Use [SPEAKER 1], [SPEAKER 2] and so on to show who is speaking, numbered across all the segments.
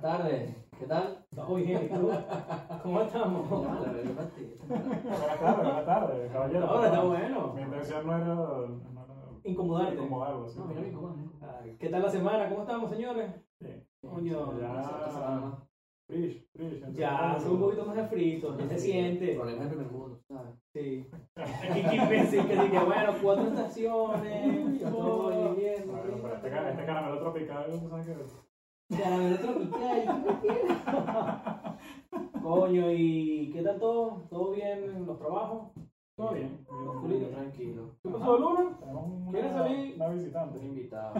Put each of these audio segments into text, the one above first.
[SPEAKER 1] tardes. ¿Qué tal?
[SPEAKER 2] ¿Todo bien? ¿Y tú? ¿Cómo estamos?
[SPEAKER 1] Nada, pero qué fastidio.
[SPEAKER 3] Buenas tardes, buenas tardes, caballero.
[SPEAKER 2] Ahora está bueno.
[SPEAKER 3] Mi intención no era, no era
[SPEAKER 2] Incomodarte.
[SPEAKER 3] incomodarlo, sí.
[SPEAKER 1] No, mira, me incomoda, ¿no?
[SPEAKER 2] Ah, ¿Qué tal la semana? ¿Cómo estamos, señores?
[SPEAKER 3] Bien.
[SPEAKER 2] Coño,
[SPEAKER 3] Ya.
[SPEAKER 1] Otra semana más.
[SPEAKER 3] Frish, frish, entre
[SPEAKER 2] ya,
[SPEAKER 3] semana.
[SPEAKER 2] son un poquito más de frito, ya se siente.
[SPEAKER 1] Problemas del primer mundo, ¿sabes?
[SPEAKER 2] Sí. Aquí qué imbécil que sí, que bueno, cuatro estaciones,
[SPEAKER 1] Ya
[SPEAKER 2] todo
[SPEAKER 1] estoy
[SPEAKER 2] lloviendo.
[SPEAKER 3] Bueno, pero este, ca- este caramelo tropical, ¿tú ¿sabes qué?
[SPEAKER 2] Caramelo tropical, ¿qué quieres? Coño, ¿y qué tal todo? ¿Todo bien en los trabajos?
[SPEAKER 3] Todo bien.
[SPEAKER 1] Tranquilo, tranquilo.
[SPEAKER 2] ¿Qué pasó, Luna?
[SPEAKER 3] Tenemos una,
[SPEAKER 2] ¿Quieres salir?
[SPEAKER 3] una
[SPEAKER 1] Estoy
[SPEAKER 3] visitante.
[SPEAKER 1] invitado.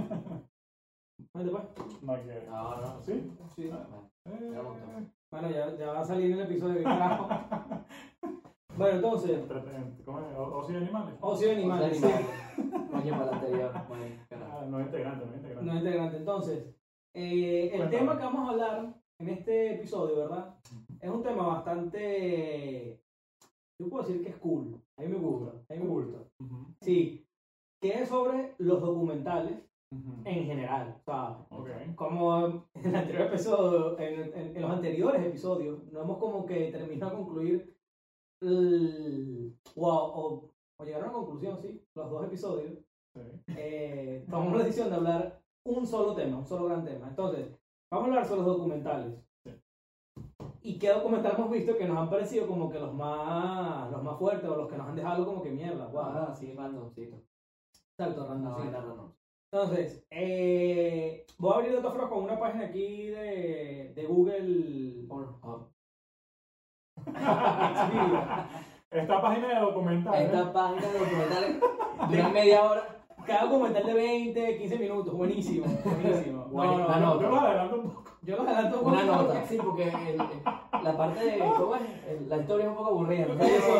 [SPEAKER 2] Vente, pues.
[SPEAKER 3] No quiere.
[SPEAKER 1] No,
[SPEAKER 2] Ah.
[SPEAKER 1] no.
[SPEAKER 3] ¿Sí?
[SPEAKER 2] Sí.
[SPEAKER 3] Eh,
[SPEAKER 1] Ya montó.
[SPEAKER 2] Bueno, ya, ya va a salir en el episodio de carajo. Bueno, entonces,
[SPEAKER 3] entreten- ¿Cómo es? O- ¿Ocio de animales?
[SPEAKER 2] ocio de
[SPEAKER 1] Otra
[SPEAKER 2] animales.
[SPEAKER 1] animal. Coño, para la anterior. Bueno, carajo.
[SPEAKER 3] Ah, no integrante, no integrante.
[SPEAKER 2] No integrante. Entonces, eh, el
[SPEAKER 3] Cuéntame.
[SPEAKER 2] tema que vamos a hablar en este episodio, ¿verdad? Es un tema bastante. Yo puedo decir que es cool. A mí me gusta. A mí me gusta.
[SPEAKER 3] Ujú,
[SPEAKER 2] Sí. Que es sobre los documentales
[SPEAKER 3] ujú.
[SPEAKER 2] en general. O sea,
[SPEAKER 3] Ok.
[SPEAKER 2] como en el anterior episodio, en, en- en los anteriores episodios, no hemos como que terminado de concluir el- o, o- o llegar a una conclusión, sí, los dos episodios
[SPEAKER 3] Sí.
[SPEAKER 2] eh, tomamos la decisión de hablar un solo tema, un solo gran tema. Entonces, vamos a hablar sobre los documentales. ¿Y qué documentales hemos visto que nos han parecido como que los más, los más fuertes o los que nos han dejado como que mierda? guau?
[SPEAKER 1] Ah, sí, randomcito.
[SPEAKER 2] Exacto,
[SPEAKER 1] No,
[SPEAKER 2] random, sí.
[SPEAKER 1] era random.
[SPEAKER 2] Entonces, eh, voy a abrir de todas formas con una página aquí de, de Google
[SPEAKER 1] Pornhub.
[SPEAKER 2] Expedia.
[SPEAKER 3] Esta página de documentales.
[SPEAKER 1] Esta página de documentales dura media hora.
[SPEAKER 2] Cada documental de 20, 15 minutos, buenísimo, buenísimo. No,
[SPEAKER 1] Buenísimo.
[SPEAKER 2] no,
[SPEAKER 1] Ah, no,
[SPEAKER 3] Yo lo adelanto un poco.
[SPEAKER 2] yo los adelanto
[SPEAKER 1] Una
[SPEAKER 2] mucho porque-
[SPEAKER 1] nota. Sí, porque el- el- la parte de. ¿Cómo es? El- La historia es un poco aburrida. ¿no?
[SPEAKER 2] Eso.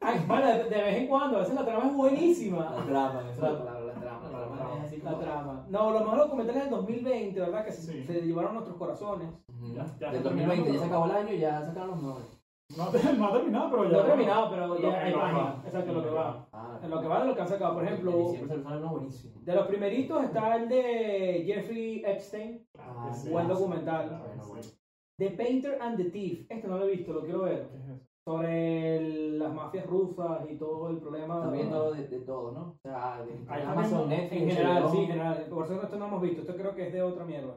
[SPEAKER 2] Ay, bueno, de, de vez en cuando, a veces la trama es buenísima.
[SPEAKER 1] La trama, esa es la palabra, la trama. La trama es así
[SPEAKER 2] La
[SPEAKER 1] como.
[SPEAKER 2] trama. No, los mejores documentales del 2020, ¿verdad? Que se,
[SPEAKER 3] Sí.
[SPEAKER 2] se llevaron a nuestros corazones.
[SPEAKER 1] Ujú.
[SPEAKER 3] Ya- ya
[SPEAKER 1] Del
[SPEAKER 3] está
[SPEAKER 1] 2020 ya
[SPEAKER 3] terminando.
[SPEAKER 1] se acabó el año y ya sacaron los nueve.
[SPEAKER 3] No, no ha terminado, pero ya.
[SPEAKER 2] No he terminado, pero
[SPEAKER 3] Lo
[SPEAKER 2] ya
[SPEAKER 3] que-
[SPEAKER 2] hay
[SPEAKER 3] lo que
[SPEAKER 2] páginas.
[SPEAKER 3] va.
[SPEAKER 2] Exacto, lo que va.
[SPEAKER 1] Ah,
[SPEAKER 2] En lo que va de lo que han sacado. Por
[SPEAKER 1] en
[SPEAKER 2] ejemplo,
[SPEAKER 1] diciembre se lanzaron uno buenísimo.
[SPEAKER 2] de los primeritos está el de Jeffrey Epstein,
[SPEAKER 3] Claro que sí.
[SPEAKER 2] buen documental.
[SPEAKER 3] Claro que sí.
[SPEAKER 2] The Painter and the Thief. Este no lo he visto, lo quiero ver.
[SPEAKER 3] ¿Qué es eso?
[SPEAKER 2] Sobre el- las mafias rusas y todo el problema.
[SPEAKER 1] Estás viendo de, de todo, ¿no? O sea, de
[SPEAKER 3] Ahí está
[SPEAKER 1] Amazon,
[SPEAKER 3] viendo
[SPEAKER 1] Netflix,
[SPEAKER 2] En general,
[SPEAKER 1] HBO.
[SPEAKER 2] sí, en general. Por eso esto no hemos visto. Esto creo que es de otra mierda.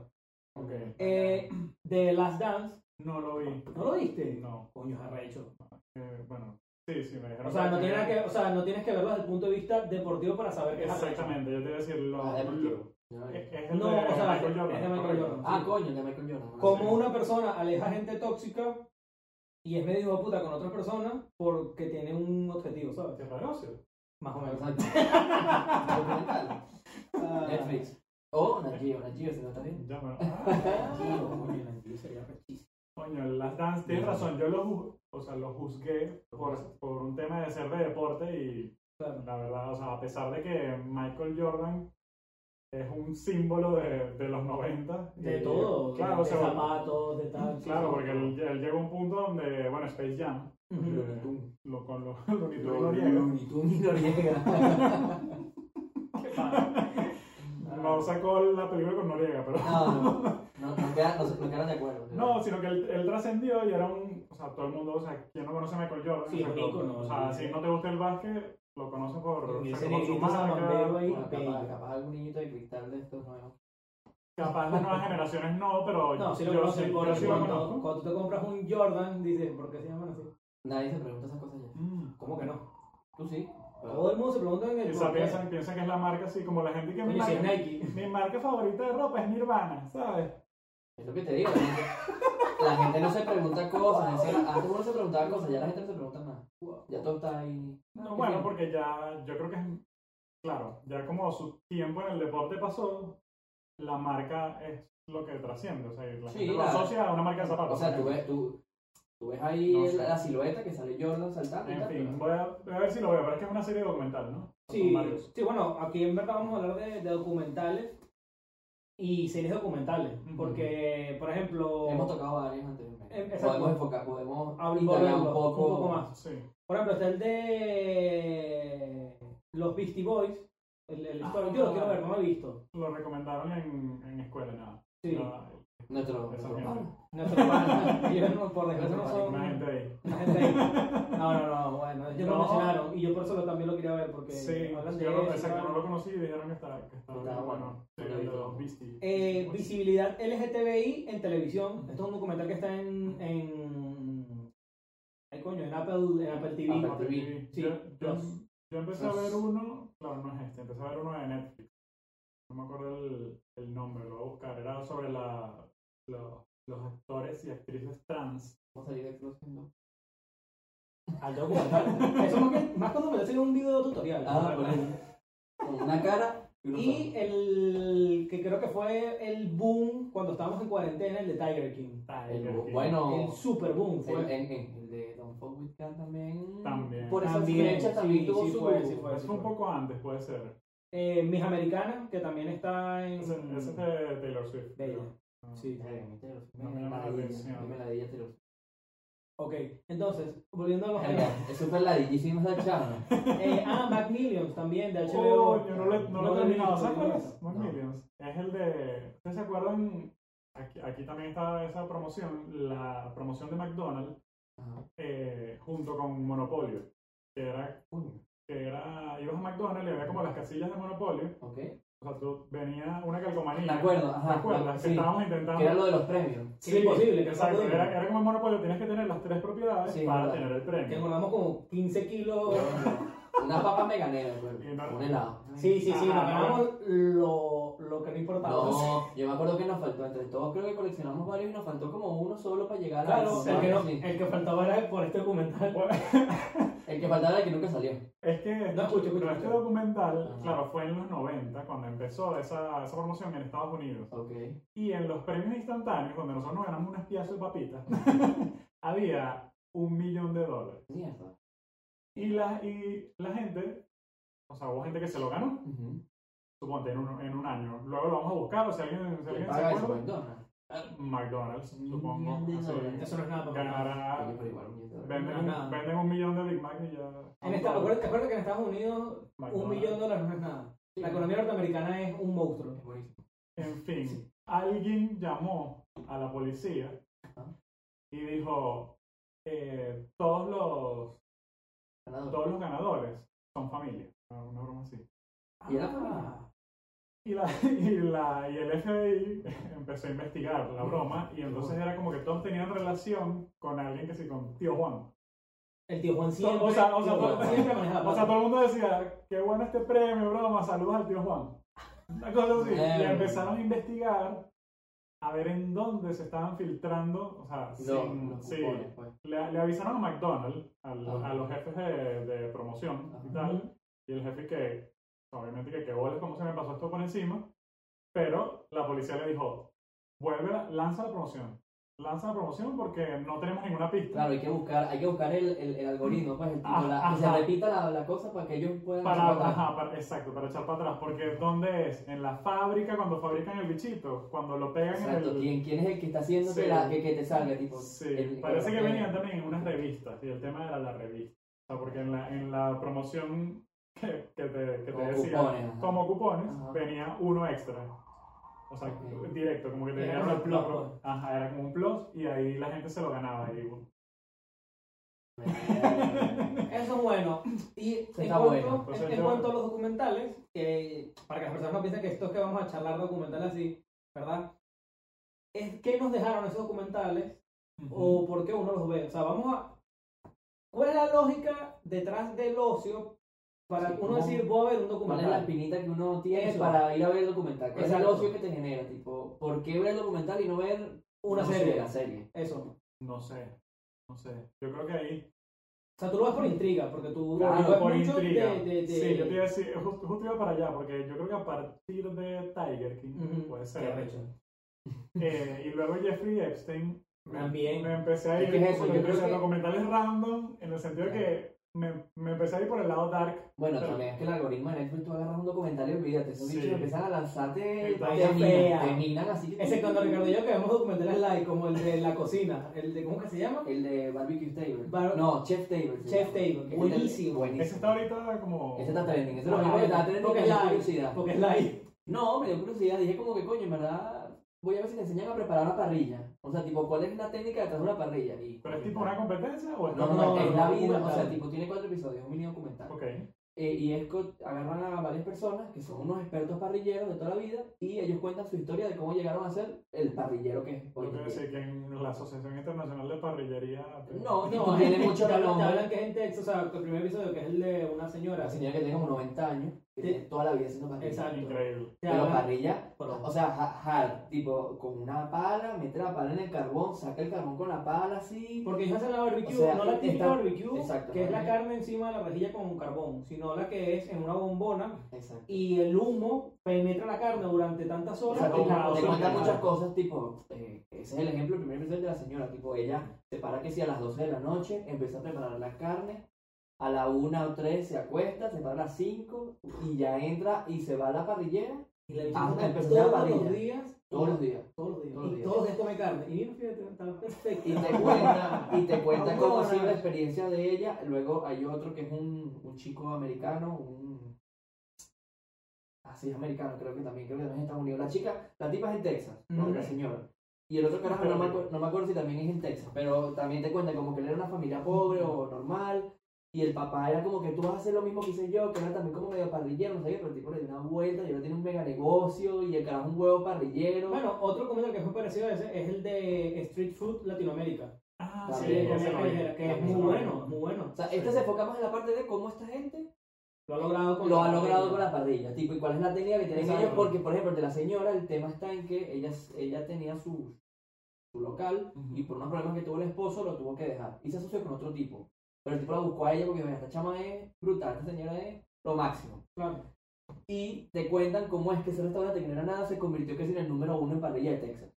[SPEAKER 3] Ok.
[SPEAKER 2] Eh, de Last Dance.
[SPEAKER 3] No lo vi.
[SPEAKER 2] ¿No lo viste?
[SPEAKER 3] No.
[SPEAKER 2] Coño, es arrecho.
[SPEAKER 3] Eh, bueno, sí, sí, me dijeron.
[SPEAKER 2] O sea, no tiene nada
[SPEAKER 3] tenía
[SPEAKER 2] que, o sea, no tienes que verlo desde el punto de vista deportivo para saber que es arrecho.
[SPEAKER 3] Exactamente, yo te iba a decir lo.
[SPEAKER 1] Ah, de deportivo.
[SPEAKER 3] lo- es, es el
[SPEAKER 2] No,
[SPEAKER 3] de
[SPEAKER 2] o sea,
[SPEAKER 3] Michael Jordan.
[SPEAKER 2] es de Michael
[SPEAKER 3] correcto.
[SPEAKER 2] Jordan.
[SPEAKER 1] Ah, coño, el de Michael Jordan.
[SPEAKER 2] Como una persona aleja gente tóxica y es medio hijo de puta con otras personas porque tiene un objetivo, ¿sabes?
[SPEAKER 3] Es Ah, negocio.
[SPEAKER 2] Más o menos.
[SPEAKER 1] Exacto. Documental.
[SPEAKER 2] Ah,
[SPEAKER 1] Netflix. O Nat Geo, Nat Geo, si no está bien.
[SPEAKER 3] Ya, bueno. Ah,
[SPEAKER 2] Gio, coño, la Gio sería arrechísimo.
[SPEAKER 3] coño, las dance, tienes razón, yo lo, ju- o sea, lo juzgué por, por un tema de ser de deporte y
[SPEAKER 2] Claro.
[SPEAKER 3] la verdad, o sea, a pesar de que Michael Jordan es un símbolo de, de los 90.
[SPEAKER 2] De
[SPEAKER 3] y-
[SPEAKER 2] todo, de-
[SPEAKER 3] Eh, Claro, o
[SPEAKER 2] de,
[SPEAKER 3] sea,
[SPEAKER 2] zapatos, de tal.
[SPEAKER 3] Claro,
[SPEAKER 2] sí.
[SPEAKER 3] porque él, él llegó a un punto donde, bueno, Space Jam,
[SPEAKER 2] Ujú.
[SPEAKER 1] Looney Tunes.
[SPEAKER 3] lo, con los lo,
[SPEAKER 1] Looney Tunes y Noriega.
[SPEAKER 2] Qué padre.
[SPEAKER 3] No sacó la película con Noriega, pero.
[SPEAKER 1] No, no. No, no queda- no se- no quedaron de acuerdo.
[SPEAKER 3] No, sino que él, él trascendió y era un. O sea, todo el mundo, o sea, quien no conoce a Michael Jordan.
[SPEAKER 2] Sí,
[SPEAKER 3] o sea,
[SPEAKER 2] un
[SPEAKER 3] lo-
[SPEAKER 2] ícono,
[SPEAKER 3] O sea,
[SPEAKER 2] sí.
[SPEAKER 3] si no te gusta el básquet, lo conoces por. o
[SPEAKER 2] Y
[SPEAKER 3] sea,
[SPEAKER 2] ese
[SPEAKER 3] por su
[SPEAKER 2] negrito samambero
[SPEAKER 3] marca.
[SPEAKER 2] ahí,
[SPEAKER 1] Bueno, capaz,
[SPEAKER 2] bello.
[SPEAKER 1] capaz algún niñito de cristal de estos nuevos.
[SPEAKER 3] Capaz las nuevas generaciones no, pero
[SPEAKER 2] No, si lo
[SPEAKER 3] yo,
[SPEAKER 2] conoces,
[SPEAKER 3] sí,
[SPEAKER 2] porque
[SPEAKER 3] yo sí lo
[SPEAKER 2] cuando,
[SPEAKER 3] conozco.
[SPEAKER 2] cuando tú te compras un Jordan, dices, ¿por qué se llaman así?
[SPEAKER 1] Nadie se pregunta esas cosas ya.
[SPEAKER 3] Mm.
[SPEAKER 2] ¿Cómo que no?
[SPEAKER 1] Tú sí.
[SPEAKER 2] Todo el mundo se pregunta en el
[SPEAKER 3] Quizá
[SPEAKER 2] por qué.
[SPEAKER 3] piensan, piensan que es la marca así, como la gente que
[SPEAKER 2] Coño,
[SPEAKER 3] mi
[SPEAKER 2] si
[SPEAKER 3] marca,
[SPEAKER 2] es Nike.
[SPEAKER 3] mi marca favorita de ropa es Nirvana, ¿sabes?
[SPEAKER 1] Es lo que te digo. La gente, la gente no se pregunta cosas. es decir, antes uno se preguntaba cosas, ya la gente no se pregunta nada. Ya todo está ahí.
[SPEAKER 3] No, bueno, porque ya, yo creo que es, claro, ya como su tiempo en el deporte pasó, la marca es lo que trasciende, o sea, la
[SPEAKER 1] Sí,
[SPEAKER 3] gente lo
[SPEAKER 1] la-
[SPEAKER 3] asocia a una marca de zapatos.
[SPEAKER 1] O sea, tú ves, tú, tú ves ahí
[SPEAKER 3] No
[SPEAKER 1] el-
[SPEAKER 3] sé.
[SPEAKER 1] la silueta que sale Jordan saltando. y
[SPEAKER 3] En
[SPEAKER 1] tal,
[SPEAKER 3] fin,
[SPEAKER 1] pero-
[SPEAKER 3] voy a, voy a ver si lo veo, pero es que es una serie documental, ¿no? Son
[SPEAKER 2] Sí,
[SPEAKER 3] varios.
[SPEAKER 2] sí, bueno, aquí en verdad vamos a hablar de, de documentales y series documentales.
[SPEAKER 3] Ujú.
[SPEAKER 2] Porque, por ejemplo,
[SPEAKER 1] Hemos tocado varias anteriormente.
[SPEAKER 2] Em, exacto.
[SPEAKER 1] podemos enfocar, podemos
[SPEAKER 2] hablo-
[SPEAKER 1] indagar
[SPEAKER 2] hablo-
[SPEAKER 1] un poco.
[SPEAKER 2] un poco más.
[SPEAKER 3] Ah, Sí.
[SPEAKER 2] Por ejemplo, está el de los Beastie Boys. El, el-
[SPEAKER 1] Ah.
[SPEAKER 2] yo lo quiero ver, no lo he visto.
[SPEAKER 3] Lo recomendaron en, en escuela, nada. Ah,
[SPEAKER 2] Sí.
[SPEAKER 3] Nada,
[SPEAKER 1] Nuestro.
[SPEAKER 3] Esa
[SPEAKER 1] nuestro
[SPEAKER 3] mierda.
[SPEAKER 1] pana.
[SPEAKER 2] Nuestro pana. Ellos no, por desgracia no son.
[SPEAKER 3] Una gente ahí.
[SPEAKER 2] una gente ahí. No, no, no, bueno, ellos lo
[SPEAKER 3] No.
[SPEAKER 2] mencionaron y yo por eso lo- también lo quería ver porque
[SPEAKER 3] Sí,
[SPEAKER 2] hablan de
[SPEAKER 3] yo lo,
[SPEAKER 2] eso,
[SPEAKER 3] exacto,
[SPEAKER 2] tal.
[SPEAKER 3] no lo conocí y dijeron que estaba, que estaba
[SPEAKER 1] Estaba
[SPEAKER 3] bueno.
[SPEAKER 1] bueno.
[SPEAKER 3] Sí,
[SPEAKER 1] Yo lo
[SPEAKER 3] el
[SPEAKER 1] vi
[SPEAKER 3] de
[SPEAKER 1] todo.
[SPEAKER 3] los Beastie.
[SPEAKER 2] Eh,
[SPEAKER 3] Boys.
[SPEAKER 2] visibilidad LGTBI en televisión. Esto es un documental que está en. en ay, coño, en Apple, en Apple TV.
[SPEAKER 1] Apple.
[SPEAKER 3] Apple
[SPEAKER 1] TV.
[SPEAKER 3] TV.
[SPEAKER 2] Sí,
[SPEAKER 3] yo, yo-
[SPEAKER 2] los-
[SPEAKER 3] yo empecé a
[SPEAKER 1] los-
[SPEAKER 3] ver uno, claro, no es este, empecé a ver uno de Netflix. No me acuerdo el, el nombre, lo voy a buscar. Era sobre la, los, los actores y actrices trans.
[SPEAKER 1] Vamos a salir de closet, ¿no?
[SPEAKER 2] Al documental. Eso más que más cuando me lo hacen un video tutorial.
[SPEAKER 1] Ah, por ahí. Con una cara y unos
[SPEAKER 2] y
[SPEAKER 1] ojos.
[SPEAKER 2] el que creo que fue el boom cuando estábamos en cuarentena, el de Tiger King.
[SPEAKER 3] Tiger
[SPEAKER 1] El-
[SPEAKER 3] King.
[SPEAKER 2] El
[SPEAKER 1] Bueno.
[SPEAKER 2] super boom
[SPEAKER 1] El,
[SPEAKER 2] fue.
[SPEAKER 1] en- en- el de Don Fuck With Cat también.
[SPEAKER 3] También.
[SPEAKER 1] Por esa
[SPEAKER 2] También,
[SPEAKER 1] fecha también
[SPEAKER 2] sí,
[SPEAKER 1] tuvo
[SPEAKER 2] sí
[SPEAKER 1] su.
[SPEAKER 2] fue, sí fue.
[SPEAKER 3] Eso fue un poco antes, puede ser.
[SPEAKER 2] Eh, Mis Americanas, que también está en.
[SPEAKER 3] Ese, ese es de Taylor Swift.
[SPEAKER 2] de ella.
[SPEAKER 3] creo. Ah.
[SPEAKER 2] Sí.
[SPEAKER 1] Ay, mi Taylor Swift,
[SPEAKER 3] No me
[SPEAKER 1] me
[SPEAKER 3] llama la
[SPEAKER 1] ladilla,
[SPEAKER 3] atención.
[SPEAKER 1] me ladilla Taylor Swift.
[SPEAKER 2] Ok, entonces, volviendo a los temas.
[SPEAKER 1] Verga, Es súper ladillísima esa chava.
[SPEAKER 2] Eh, ah, Mac Millions también, de HBO.
[SPEAKER 3] Oh, yo no lo, no lo he terminado.
[SPEAKER 2] visto,
[SPEAKER 3] ¿Sabes
[SPEAKER 2] no lo
[SPEAKER 3] cuál
[SPEAKER 2] he
[SPEAKER 3] es?
[SPEAKER 2] visto.
[SPEAKER 3] Mac
[SPEAKER 1] No.
[SPEAKER 3] Millions. Es el de. ¿Ustedes se acuerdan? Aquí, aquí también estaba esa promoción, la promoción de McDonald's
[SPEAKER 1] Ajá.
[SPEAKER 3] eh, junto con Monopolio. Que era,
[SPEAKER 1] Coño,
[SPEAKER 3] que era. Ibas a McDonald's y había como las casillas de Monopolio.
[SPEAKER 1] ¿Ok?
[SPEAKER 3] O sea, tú venía una calcomanía.
[SPEAKER 1] De acuerdo, ajá.
[SPEAKER 3] ¿Te acuerdas?
[SPEAKER 1] sí.
[SPEAKER 3] Que estábamos intentando.
[SPEAKER 1] Que era lo de los premios.
[SPEAKER 2] Que era imposible, que
[SPEAKER 3] exacto.
[SPEAKER 2] estaba
[SPEAKER 3] Era, era como en Monopolio, tienes que tener las tres propiedades
[SPEAKER 1] Sí,
[SPEAKER 3] para
[SPEAKER 1] verdad.
[SPEAKER 3] tener el
[SPEAKER 2] Que
[SPEAKER 3] premio.
[SPEAKER 2] engordamos como 15 kilos.
[SPEAKER 1] Una papa meganera, pues.
[SPEAKER 3] Y no-
[SPEAKER 1] Un helado.
[SPEAKER 2] Sí, sí, sí, nos
[SPEAKER 3] Ajá,
[SPEAKER 2] ganamos lo, lo que no importaba.
[SPEAKER 1] No, yo me acuerdo que nos faltó entre todos, creo que coleccionamos varios y nos faltó como uno solo para llegar a
[SPEAKER 2] Claro, el que, no-
[SPEAKER 1] sí.
[SPEAKER 2] el que faltaba era por este documental.
[SPEAKER 1] El que faltaba era el que nunca salió.
[SPEAKER 3] Es que
[SPEAKER 2] No, escucha,
[SPEAKER 3] pero
[SPEAKER 2] escucha,
[SPEAKER 3] este
[SPEAKER 2] escucha.
[SPEAKER 3] documental,
[SPEAKER 1] Ajá.
[SPEAKER 3] claro, fue en los 90 cuando empezó esa, esa promoción en Estados Unidos.
[SPEAKER 1] Ok.
[SPEAKER 3] Y en los premios instantáneos, cuando nosotros nos ganamos unas piezas de papitas, había un millón de dólares.
[SPEAKER 1] Mierda.
[SPEAKER 3] Y la, y la gente, o sea, hubo gente que se lo ganó,
[SPEAKER 1] Ujú.
[SPEAKER 3] suponte, en un, en un año. Luego lo vamos a buscar, o si alguien, si
[SPEAKER 1] ¿Quién
[SPEAKER 3] alguien se
[SPEAKER 1] paga eso? pues,
[SPEAKER 3] acuerda.
[SPEAKER 1] McDonald's.
[SPEAKER 3] McDonald's,
[SPEAKER 2] Mm,
[SPEAKER 1] Un
[SPEAKER 3] supongo.
[SPEAKER 1] millón de
[SPEAKER 3] así.
[SPEAKER 1] dólares.
[SPEAKER 2] Eso no es nada para contar.
[SPEAKER 3] Ganará.
[SPEAKER 1] Oye, pero igual, un millón de dólares.
[SPEAKER 3] Venden,
[SPEAKER 2] no es nada.
[SPEAKER 3] un- venden un millón de Big Mac y ya.
[SPEAKER 2] En esta, acuérdate, ¿te acuerdas que en Estados Unidos un
[SPEAKER 3] McDonald's.
[SPEAKER 2] millón de dólares no es nada? La economía norteamericana es un monstruo.
[SPEAKER 1] Es buenísimo.
[SPEAKER 3] En fin, alguien llamó a la policía
[SPEAKER 1] Ajá.
[SPEAKER 3] y dijo, eh, todos, los,
[SPEAKER 1] Ganador.
[SPEAKER 3] todos los ganadores son familia. Una una broma así.
[SPEAKER 1] Y era
[SPEAKER 2] Ah,
[SPEAKER 3] Y, la, y, la, y el FBI empezó a investigar la broma y entonces era como que todos tenían relación con alguien que sí, con tío Juan.
[SPEAKER 2] el tío Juan siempre,
[SPEAKER 3] o sea, o sea,
[SPEAKER 2] tío Juan
[SPEAKER 3] todo-
[SPEAKER 2] siempre manejaba
[SPEAKER 3] O sea,
[SPEAKER 2] plata.
[SPEAKER 3] todo el mundo decía, qué bueno este premio, broma, saludos al tío Juan. Una cosa así. Y
[SPEAKER 1] Eh.
[SPEAKER 3] empezaron a investigar a ver en dónde se estaban filtrando, o sea,
[SPEAKER 1] Los-
[SPEAKER 3] sin-
[SPEAKER 1] los
[SPEAKER 3] sí,
[SPEAKER 1] cupones, pues.
[SPEAKER 3] Le, le avisaron a McDonald's, al-
[SPEAKER 1] Ajá.
[SPEAKER 3] a los jefes de, de promoción y
[SPEAKER 1] Ajá.
[SPEAKER 3] tal, y el jefe que, obviamente que qué bolas, cómo se me pasó esto por encima, pero la policía le dijo, vuelve, la- lanza la promoción, lanza la promoción porque no tenemos ninguna pista.
[SPEAKER 1] Claro, hay que buscar, hay que buscar el, el, el algoritmo, pues, el tipo,
[SPEAKER 3] Ah,
[SPEAKER 1] la- que se
[SPEAKER 3] ajá.
[SPEAKER 1] repita la, la cosa para que ellos puedan...
[SPEAKER 3] Para,
[SPEAKER 1] hacer la-
[SPEAKER 3] ajá, para- exacto, para echar para atrás, porque ¿dónde es? En la fábrica, cuando fabrican el bichito, cuando lo pegan
[SPEAKER 1] Exacto,
[SPEAKER 3] en el...
[SPEAKER 1] ¿Quién, ¿quién es el que está haciendo
[SPEAKER 3] Sí.
[SPEAKER 1] que, la- que, que te salga? Tipo,
[SPEAKER 3] Sí,
[SPEAKER 1] el-
[SPEAKER 3] parece que
[SPEAKER 1] el-
[SPEAKER 3] venían también en unas revistas, y el tema era la revista. O sea, porque en la, en la promoción que, que te, que te
[SPEAKER 1] Como
[SPEAKER 3] decía,
[SPEAKER 1] cupones, ajá.
[SPEAKER 3] como cupones,
[SPEAKER 1] Ajá.
[SPEAKER 3] venía uno extra. O sea,
[SPEAKER 1] Ok.
[SPEAKER 3] directo, como que te
[SPEAKER 2] Era
[SPEAKER 3] dieron
[SPEAKER 2] como
[SPEAKER 3] el
[SPEAKER 2] un plus,
[SPEAKER 3] plus.
[SPEAKER 1] pues.
[SPEAKER 3] Ajá, era como un plus, y ahí la gente se lo ganaba. Y, bueno,
[SPEAKER 2] Eso es bueno. Y en
[SPEAKER 1] está
[SPEAKER 2] cuanto,
[SPEAKER 1] bueno.
[SPEAKER 2] en-
[SPEAKER 3] Entonces
[SPEAKER 2] en
[SPEAKER 3] yo-
[SPEAKER 2] cuanto a los documentales, que- para que las personas no piensen que esto es que vamos a charlar documentales así, ¿verdad? Es que nos dejaron esos documentales
[SPEAKER 3] uh,
[SPEAKER 2] o por qué uno los ve. O sea, vamos a... ¿Cuál es la lógica detrás del ocio para
[SPEAKER 1] Sí,
[SPEAKER 2] uno
[SPEAKER 1] ¿cómo-
[SPEAKER 2] decir, voy a ver un
[SPEAKER 1] ¿Cuál es la
[SPEAKER 2] documental?
[SPEAKER 1] espinita que uno tiene
[SPEAKER 2] Eso.
[SPEAKER 1] para ir a ver el documental? ¿Cuál es el
[SPEAKER 2] Exacto.
[SPEAKER 1] ocio que te genera? Tipo, ¿por qué ver el documental y no ver
[SPEAKER 2] Una
[SPEAKER 1] no sé,
[SPEAKER 2] serie.
[SPEAKER 1] la serie?
[SPEAKER 2] Eso.
[SPEAKER 3] No sé, no sé. Yo creo que ahí.
[SPEAKER 2] O sea, tú lo ves por intriga, porque tú
[SPEAKER 1] Claro,
[SPEAKER 2] tú ves
[SPEAKER 3] por
[SPEAKER 2] mucho
[SPEAKER 3] intriga.
[SPEAKER 2] de- de- de-
[SPEAKER 3] Sí, yo te iba a decir, justo, justo iba para allá, porque yo creo que a partir de Tiger King,
[SPEAKER 2] Ujú.
[SPEAKER 3] puede
[SPEAKER 2] Qué
[SPEAKER 3] ser.
[SPEAKER 2] arrecho.
[SPEAKER 3] Eh, y luego Jeffrey Epstein. me-
[SPEAKER 2] También.
[SPEAKER 3] Me empecé a
[SPEAKER 1] Es
[SPEAKER 3] ir
[SPEAKER 1] que es eso,
[SPEAKER 3] como
[SPEAKER 1] yo
[SPEAKER 3] te
[SPEAKER 1] creo
[SPEAKER 3] decía,
[SPEAKER 1] que-
[SPEAKER 3] documentales random, en el sentido de que me, me empecé a ir por el lado dark.
[SPEAKER 1] Bueno,
[SPEAKER 3] Pero-
[SPEAKER 1] también es que el algoritmo de Netflix, tú agarras un documental y olvídate, esos
[SPEAKER 3] Sí.
[SPEAKER 1] bichos empiezan a lanzarte,
[SPEAKER 3] El
[SPEAKER 1] te
[SPEAKER 3] vaina
[SPEAKER 1] minan,
[SPEAKER 2] fea.
[SPEAKER 1] te minan así. que-
[SPEAKER 2] Ese cuando Ricardo y yo que vemos documentales live, como el de la cocina, el de, ¿cómo que se llama?
[SPEAKER 1] El de Barbecue Table.
[SPEAKER 2] Bar-
[SPEAKER 1] no, Chef Table. se
[SPEAKER 2] Chef
[SPEAKER 1] llama.
[SPEAKER 2] Table,
[SPEAKER 1] Que es el-
[SPEAKER 2] buenísimo.
[SPEAKER 1] buenísimo.
[SPEAKER 3] Ese está ahorita como.
[SPEAKER 1] Ese está trending, ese lo
[SPEAKER 2] Porque
[SPEAKER 1] mismo que está trending
[SPEAKER 2] porque
[SPEAKER 1] porque
[SPEAKER 2] es
[SPEAKER 1] es
[SPEAKER 2] live,
[SPEAKER 1] curiosidad.
[SPEAKER 2] Porque es live.
[SPEAKER 1] No, me dio curiosidad, dije como que coño, en verdad voy a ver si te enseñan a preparar una parrilla. O sea, tipo, ¿cuál es la técnica detrás de una parrilla? Y,
[SPEAKER 3] ¿Pero es tipo una competencia o es
[SPEAKER 1] No, no,
[SPEAKER 2] No,
[SPEAKER 1] es
[SPEAKER 2] no,
[SPEAKER 1] la
[SPEAKER 2] no,
[SPEAKER 1] vida. O sea,
[SPEAKER 2] documental.
[SPEAKER 1] tipo, tiene cuatro episodios, un mini documental.
[SPEAKER 3] Ok,
[SPEAKER 1] Eh, y es co- agarran a varias personas que son unos expertos parrilleros de toda la vida y ellos cuentan su historia de cómo llegaron a ser el parrillero que es. hoy
[SPEAKER 3] yo
[SPEAKER 1] en
[SPEAKER 3] quiero
[SPEAKER 1] día.
[SPEAKER 3] decir que en la Asociación Internacional de Parrillería...
[SPEAKER 1] No,
[SPEAKER 2] No,
[SPEAKER 1] no, tiene
[SPEAKER 2] te
[SPEAKER 1] mucho
[SPEAKER 2] hablan, te
[SPEAKER 1] renombre.
[SPEAKER 2] hablan que gente, ex- o sea, el primer episodio que es el de una señora.
[SPEAKER 1] La señora que tiene como 90 años, que
[SPEAKER 2] Sí.
[SPEAKER 1] tiene toda la vida haciendo parrilla.
[SPEAKER 2] Exacto.
[SPEAKER 3] Increíble.
[SPEAKER 2] Te
[SPEAKER 1] Pero
[SPEAKER 2] hablan-
[SPEAKER 1] parrilla,
[SPEAKER 2] Perdón.
[SPEAKER 1] o sea, ha- hard, tipo, con una pala, mete la pala en el carbón, saca el carbón con la pala así.
[SPEAKER 2] Porque ellos hacen la barbecue,
[SPEAKER 1] O sea,
[SPEAKER 2] no la típica
[SPEAKER 1] está-
[SPEAKER 2] barbecue,
[SPEAKER 1] exacto,
[SPEAKER 2] que es la
[SPEAKER 1] ¿no?
[SPEAKER 2] carne encima de la rejilla con carbón, sino la que es en una bombona
[SPEAKER 1] Exacto.
[SPEAKER 2] y el humo penetra la carne durante tantas
[SPEAKER 1] O
[SPEAKER 2] horas.
[SPEAKER 1] sea,
[SPEAKER 2] y la
[SPEAKER 1] te,
[SPEAKER 3] o
[SPEAKER 1] te
[SPEAKER 3] sea,
[SPEAKER 2] cocina.
[SPEAKER 1] cuenta
[SPEAKER 3] claro.
[SPEAKER 1] muchas cosas, tipo, eh, ese es el ejemplo, el primer episodio de la señora, tipo, ella se para que si a las 12 de la noche empieza a preparar la carne, a la 1 o 3 se acuesta, se para a las 5 y ya entra y se va a la parrillera
[SPEAKER 2] Y la
[SPEAKER 1] Ah,
[SPEAKER 2] cocina
[SPEAKER 1] empezó la
[SPEAKER 2] todos
[SPEAKER 1] parrilla.
[SPEAKER 2] los días.
[SPEAKER 1] todos los días.
[SPEAKER 2] Todos los días.
[SPEAKER 1] Todos los
[SPEAKER 2] y
[SPEAKER 1] días.
[SPEAKER 2] todos los días come carne. Y mira, fíjate, está perfecto.
[SPEAKER 1] Y te cuenta, y te cuenta cómo ha
[SPEAKER 2] Ahora.
[SPEAKER 1] sido la experiencia de ella. Luego hay otro que es un, un chico americano, un. Así es americano, creo que también, creo que también es Estados Unidos. La chica, la tipa es en Texas, ¿no?
[SPEAKER 2] Mm.
[SPEAKER 1] la señora. Y el otro carajo, no me, acuer- no me acuerdo si también es en Texas, pero también te cuenta como que él era una familia pobre o normal. Y el papá era como que tú vas a hacer lo mismo que hice yo, que era también como medio parrillero, no sé qué, pero el tipo le dio una vuelta y ahora tiene un mega negocio y el carajo es un huevo parrillero.
[SPEAKER 2] Bueno, otro comentario que es muy parecido a ese es el de Street Food Latinoamérica.
[SPEAKER 3] Ah,
[SPEAKER 1] También,
[SPEAKER 3] sí,
[SPEAKER 2] de
[SPEAKER 3] ese
[SPEAKER 2] comida
[SPEAKER 3] lo vi.
[SPEAKER 2] callejera, que es
[SPEAKER 3] Ese
[SPEAKER 2] muy
[SPEAKER 3] lo vi.
[SPEAKER 2] bueno, muy bueno.
[SPEAKER 1] o sea, este se enfoca más en la parte de cómo esta gente
[SPEAKER 2] Lo ha logrado con
[SPEAKER 1] lo
[SPEAKER 2] la
[SPEAKER 1] ha logrado
[SPEAKER 2] parrilla.
[SPEAKER 1] con la parrilla, tipo, ¿y cuál es la técnica que tienen
[SPEAKER 2] Exacto.
[SPEAKER 1] ellos? Porque, por ejemplo, el de la señora, el tema está en que ella, ella tenía su, su local y por unos problemas que tuvo el esposo lo tuvo que dejar y se asoció con otro tipo. Pero el tipo la buscó a ella porque, "Mira, esta chama es brutal, esta señora es lo máximo.
[SPEAKER 2] Claro.
[SPEAKER 1] Y te cuentan cómo es que ese restaurante que no era nada se convirtió casi en el número uno en parrilla de Texas.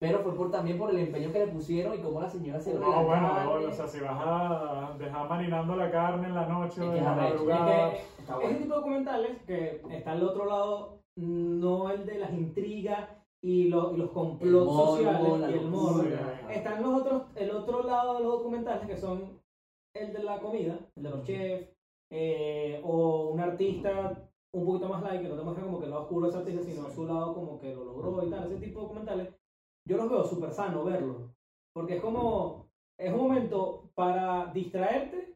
[SPEAKER 1] Pero fue por, también por el empeño que le pusieron y cómo la señora se
[SPEAKER 3] No, Oh, Ah, bueno, bueno, o sea, si vas a dejar marinando la carne en la noche
[SPEAKER 1] Es
[SPEAKER 3] o
[SPEAKER 1] que es
[SPEAKER 3] en la
[SPEAKER 1] arrecho, es
[SPEAKER 3] madrugada...
[SPEAKER 2] Es que
[SPEAKER 1] Ah,
[SPEAKER 2] ese tipo de documentales que está al otro lado, no el de las intrigas y, lo- y los complots sociales y el morbo. Están los otros, el otro lado de los documentales que son el de la comida, el de los chefs, eh, o un artista un poquito más light, que no te muestra como que el lado oscuro de ese artista, sino
[SPEAKER 3] Sí.
[SPEAKER 2] su lado como que lo logró y tal. Ese tipo de documentales, yo los veo súper sano verlos, porque es como, es un momento para distraerte,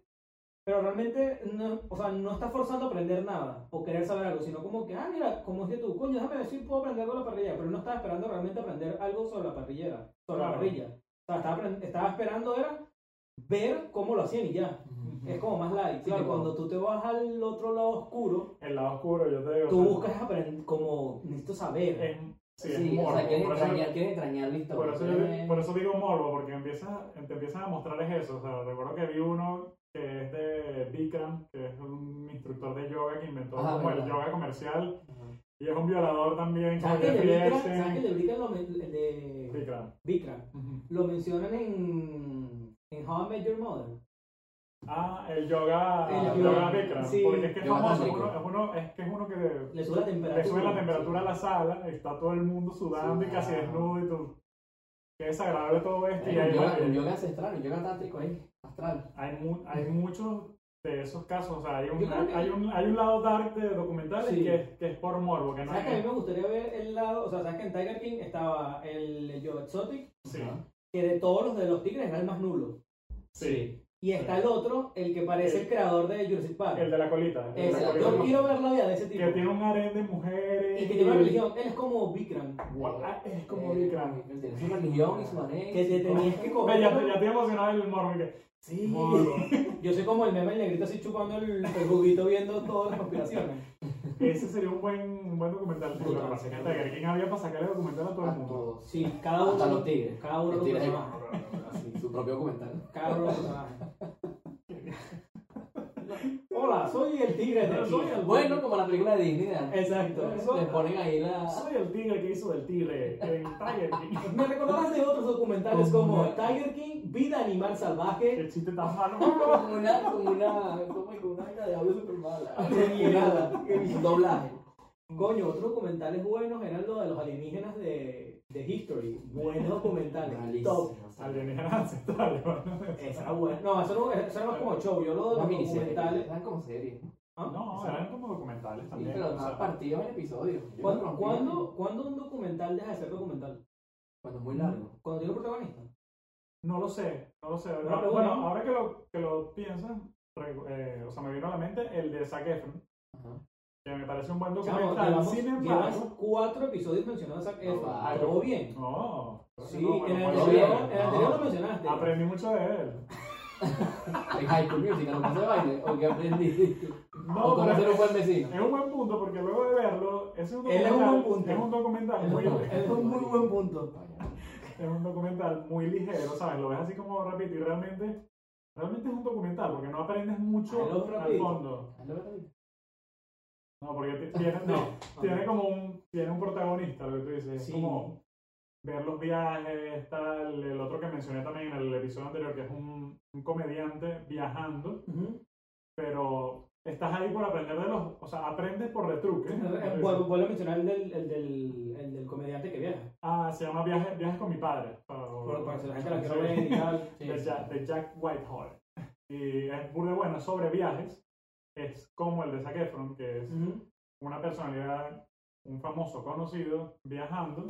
[SPEAKER 2] pero realmente no, o sea, no estás forzando a aprender nada o querer saber algo, sino como que, ah, mira, como es que tú, coño, déjame decir, puedo aprender algo de la parrilla, pero no estaba esperando realmente aprender algo sobre la parrillera, sobre la
[SPEAKER 3] Claro.
[SPEAKER 2] parrilla. O sea, estaba, aprend- estaba esperando era ver cómo lo hacían y ya. Es
[SPEAKER 1] Eh,
[SPEAKER 2] como más light.
[SPEAKER 1] Sí,
[SPEAKER 2] Claro,
[SPEAKER 1] tipo-
[SPEAKER 2] cuando tú te vas al otro lado oscuro,
[SPEAKER 3] El lado oscuro, yo te digo...
[SPEAKER 2] tú
[SPEAKER 3] o sea,
[SPEAKER 2] buscas aprender, como, necesito saber.
[SPEAKER 3] es- sí,
[SPEAKER 1] Sí,
[SPEAKER 3] es
[SPEAKER 1] o
[SPEAKER 3] morbo,
[SPEAKER 1] sea, quieres
[SPEAKER 3] por eso-
[SPEAKER 1] extrañar, quieres extrañar la historia.
[SPEAKER 3] Por eso, yo-
[SPEAKER 1] quieres-
[SPEAKER 3] por eso digo morbo, porque empiezas, te empiezan a mostrar es eso. O sea, recuerdo que vi uno que es de Bikram, que es un instructor de yoga que inventó
[SPEAKER 1] Ah,
[SPEAKER 3] como el
[SPEAKER 1] verdad.
[SPEAKER 3] yoga comercial.
[SPEAKER 1] Ajá.
[SPEAKER 3] Y es un violador también, como
[SPEAKER 2] ¿Sabes que el
[SPEAKER 3] Jeffrey
[SPEAKER 2] de Bikram- sabes que
[SPEAKER 3] Epstein.
[SPEAKER 2] el de Bikram lo men- el de
[SPEAKER 3] Bikram.
[SPEAKER 2] Bikram lo mencionan en, en How I Met Your Mother?
[SPEAKER 3] Ah, el yoga,
[SPEAKER 2] El
[SPEAKER 3] el
[SPEAKER 2] yoga,
[SPEAKER 3] yoga Bikram.
[SPEAKER 2] sí.
[SPEAKER 3] Porque es que es
[SPEAKER 1] Yoga
[SPEAKER 3] famoso,
[SPEAKER 1] tántrico.
[SPEAKER 3] uno- es, uno, es que es uno que le
[SPEAKER 2] Le sube la temperatura.
[SPEAKER 3] sube la temperatura a la sala, está todo el mundo sudando
[SPEAKER 1] Sí,
[SPEAKER 3] y casi
[SPEAKER 1] ah.
[SPEAKER 3] desnudo y tú. Qué desagradable todo esto. y
[SPEAKER 1] Bueno,
[SPEAKER 3] ahí
[SPEAKER 1] el, yoga,
[SPEAKER 3] va-
[SPEAKER 1] el yoga ancestral, el yoga tántrico ahí, astral.
[SPEAKER 3] hay, mu- hay muchos de esos casos. O sea, hay un,
[SPEAKER 2] Yo creo que-
[SPEAKER 3] hay un, hay un lado dark de documentales
[SPEAKER 2] Sí.
[SPEAKER 3] que, es- que es por morbo, que no
[SPEAKER 2] ¿Sabes que a mí
[SPEAKER 3] es.
[SPEAKER 2] me gustaría ver el lado, o sea, sabes que en Tiger King estaba el, el Joe Exotic,
[SPEAKER 3] Sí,
[SPEAKER 1] Ajá.
[SPEAKER 2] que de todos los de los tigres era el más nulo.
[SPEAKER 3] sí.
[SPEAKER 2] Y está el otro, el que parece el creador de Jurassic
[SPEAKER 3] El
[SPEAKER 2] Park.
[SPEAKER 3] de la colita. el de la
[SPEAKER 2] Exacto.
[SPEAKER 3] colita.
[SPEAKER 2] Yo quiero ver la vida de ese tipo.
[SPEAKER 3] Que tiene un harén de mujeres.
[SPEAKER 2] Y que tiene una religión. Él es como Bikram.
[SPEAKER 3] Guau, ah, Es como
[SPEAKER 1] Eh,
[SPEAKER 3] Bikram.
[SPEAKER 1] Tiene su religión y su manera.
[SPEAKER 2] Que te
[SPEAKER 3] Oh.
[SPEAKER 2] tenías que
[SPEAKER 3] Ve, Ya te-
[SPEAKER 2] coger.
[SPEAKER 3] ya te emocionaba el morbo. que,
[SPEAKER 2] Sí.
[SPEAKER 3] Morbo.
[SPEAKER 2] Yo soy como el meme del negrito así chupando el, el juguito viendo todas las conspiraciones.
[SPEAKER 3] Ese sería un buen, un buen documental. Lo que pasa es que en Tiger King había para sacarle documental a todo el
[SPEAKER 1] A
[SPEAKER 3] mundo.
[SPEAKER 1] todos.
[SPEAKER 2] Sí, cada uno.
[SPEAKER 1] Hasta los tigres.
[SPEAKER 2] Cada uno
[SPEAKER 1] Los
[SPEAKER 2] un
[SPEAKER 1] tigres.
[SPEAKER 2] personaje.
[SPEAKER 1] Así, su propio comentario.
[SPEAKER 2] Cada uno un personaje. Hola, soy el tigre de
[SPEAKER 3] Yo soy
[SPEAKER 2] aquí.
[SPEAKER 3] el-
[SPEAKER 1] Bueno, como la película de Disney, ¿verdad?
[SPEAKER 2] Exacto.
[SPEAKER 1] le ponen ahí la.
[SPEAKER 3] Soy el tigre que hizo del tigre en Tiger King.
[SPEAKER 2] Me recordarás de otros documentales como Tiger King, Vida Animal Salvaje,
[SPEAKER 3] El chiste tan malo.
[SPEAKER 1] Como una. Como una. Como que una vaina de audio super mala.
[SPEAKER 2] Genial.
[SPEAKER 1] Un Doblaje.
[SPEAKER 2] Coño, otros documentales buenos eran los de los alienígenas de, de History. Buenos documentales. Top.
[SPEAKER 1] Malísimo.
[SPEAKER 3] Alienígenas ancestrales. bueno.
[SPEAKER 2] Esa era buena. No, eso no, eso era más como show. Yo lo de
[SPEAKER 1] Una
[SPEAKER 2] los
[SPEAKER 1] miniserie.
[SPEAKER 2] documentales.
[SPEAKER 1] Eran como series. ¿no?
[SPEAKER 2] Ah,
[SPEAKER 3] No,
[SPEAKER 2] exacto.
[SPEAKER 3] eran como documentales
[SPEAKER 1] Sí,
[SPEAKER 3] también.
[SPEAKER 1] pero
[SPEAKER 3] o sea,
[SPEAKER 1] estaba partido en episodios. Yo me
[SPEAKER 2] ¿Cuándo,
[SPEAKER 1] rompí.
[SPEAKER 2] ¿cuándo, cuándo un documental deja de ser documental?
[SPEAKER 1] Cuando es muy largo.
[SPEAKER 2] Cuando tiene un protagonista.
[SPEAKER 3] no lo sé, no lo sé.
[SPEAKER 2] Buena
[SPEAKER 3] Bueno,
[SPEAKER 2] pregunta, ¿no?
[SPEAKER 3] ahora que lo, que lo piensas, re- eh, o sea, me vino a la mente el de Zac Efron,
[SPEAKER 1] Ajá.
[SPEAKER 3] que me parece un buen
[SPEAKER 2] Chamo,
[SPEAKER 3] documental.
[SPEAKER 2] llevamos,
[SPEAKER 3] Sin
[SPEAKER 2] llevas
[SPEAKER 3] embargo,
[SPEAKER 2] cuatro episodios mencionados a Zac Efron.
[SPEAKER 1] vale.
[SPEAKER 2] Todo bien.
[SPEAKER 3] no.
[SPEAKER 2] Sí,
[SPEAKER 3] no, bueno,
[SPEAKER 2] en el
[SPEAKER 3] bueno, Ah,
[SPEAKER 1] bien.
[SPEAKER 2] anterior, en el anterior
[SPEAKER 1] No.
[SPEAKER 2] lo mencionaste.
[SPEAKER 3] Aprendí mucho de él.
[SPEAKER 1] En High School Musical, lo que se baile, o que aprendí.
[SPEAKER 3] No,
[SPEAKER 1] o cómo
[SPEAKER 3] pero
[SPEAKER 1] ser un buen
[SPEAKER 3] es
[SPEAKER 1] vecino.
[SPEAKER 3] un buen punto porque luego de verlo, ese es un
[SPEAKER 2] Él es
[SPEAKER 3] documental.
[SPEAKER 2] un buen punto.
[SPEAKER 3] es un documental
[SPEAKER 2] Es
[SPEAKER 3] muy,
[SPEAKER 2] un- es un muy buen punto.
[SPEAKER 3] es un documental muy ligero, ¿sabes? Lo ves así como repito y realmente, realmente es un documental porque no aprendes
[SPEAKER 2] Ay,
[SPEAKER 3] mucho
[SPEAKER 2] lo
[SPEAKER 3] al
[SPEAKER 2] rapidito.
[SPEAKER 3] fondo.
[SPEAKER 1] Hazlo ver ahí.
[SPEAKER 3] No, porque ti- tiene, no,
[SPEAKER 2] No.
[SPEAKER 3] tiene como un, tiene un protagonista, lo que tú dices. Es
[SPEAKER 2] Sí.
[SPEAKER 3] como ver los viajes, tal, el otro que mencioné también en el episodio anterior, que es un, un comediante viajando,
[SPEAKER 2] Ujú.
[SPEAKER 3] pero estás ahí por aprender de los, o sea, aprendes por retruque.
[SPEAKER 2] Eh, Vuelvo vuelvo a mencionar el del, el del, el del comediante que viaja.
[SPEAKER 3] Ah, se llama Viajes, viajes con mi padre.
[SPEAKER 2] Por- Para que la gente la quiera
[SPEAKER 3] Sí.
[SPEAKER 2] ver y tal.
[SPEAKER 1] Sí,
[SPEAKER 3] de,
[SPEAKER 1] sí.
[SPEAKER 3] Ja- de Jack Whitehall. Y es muy bueno es sobre viajes. Es como el de Zac Efron, que es
[SPEAKER 2] Ujú.
[SPEAKER 3] una personalidad, un famoso conocido, viajando.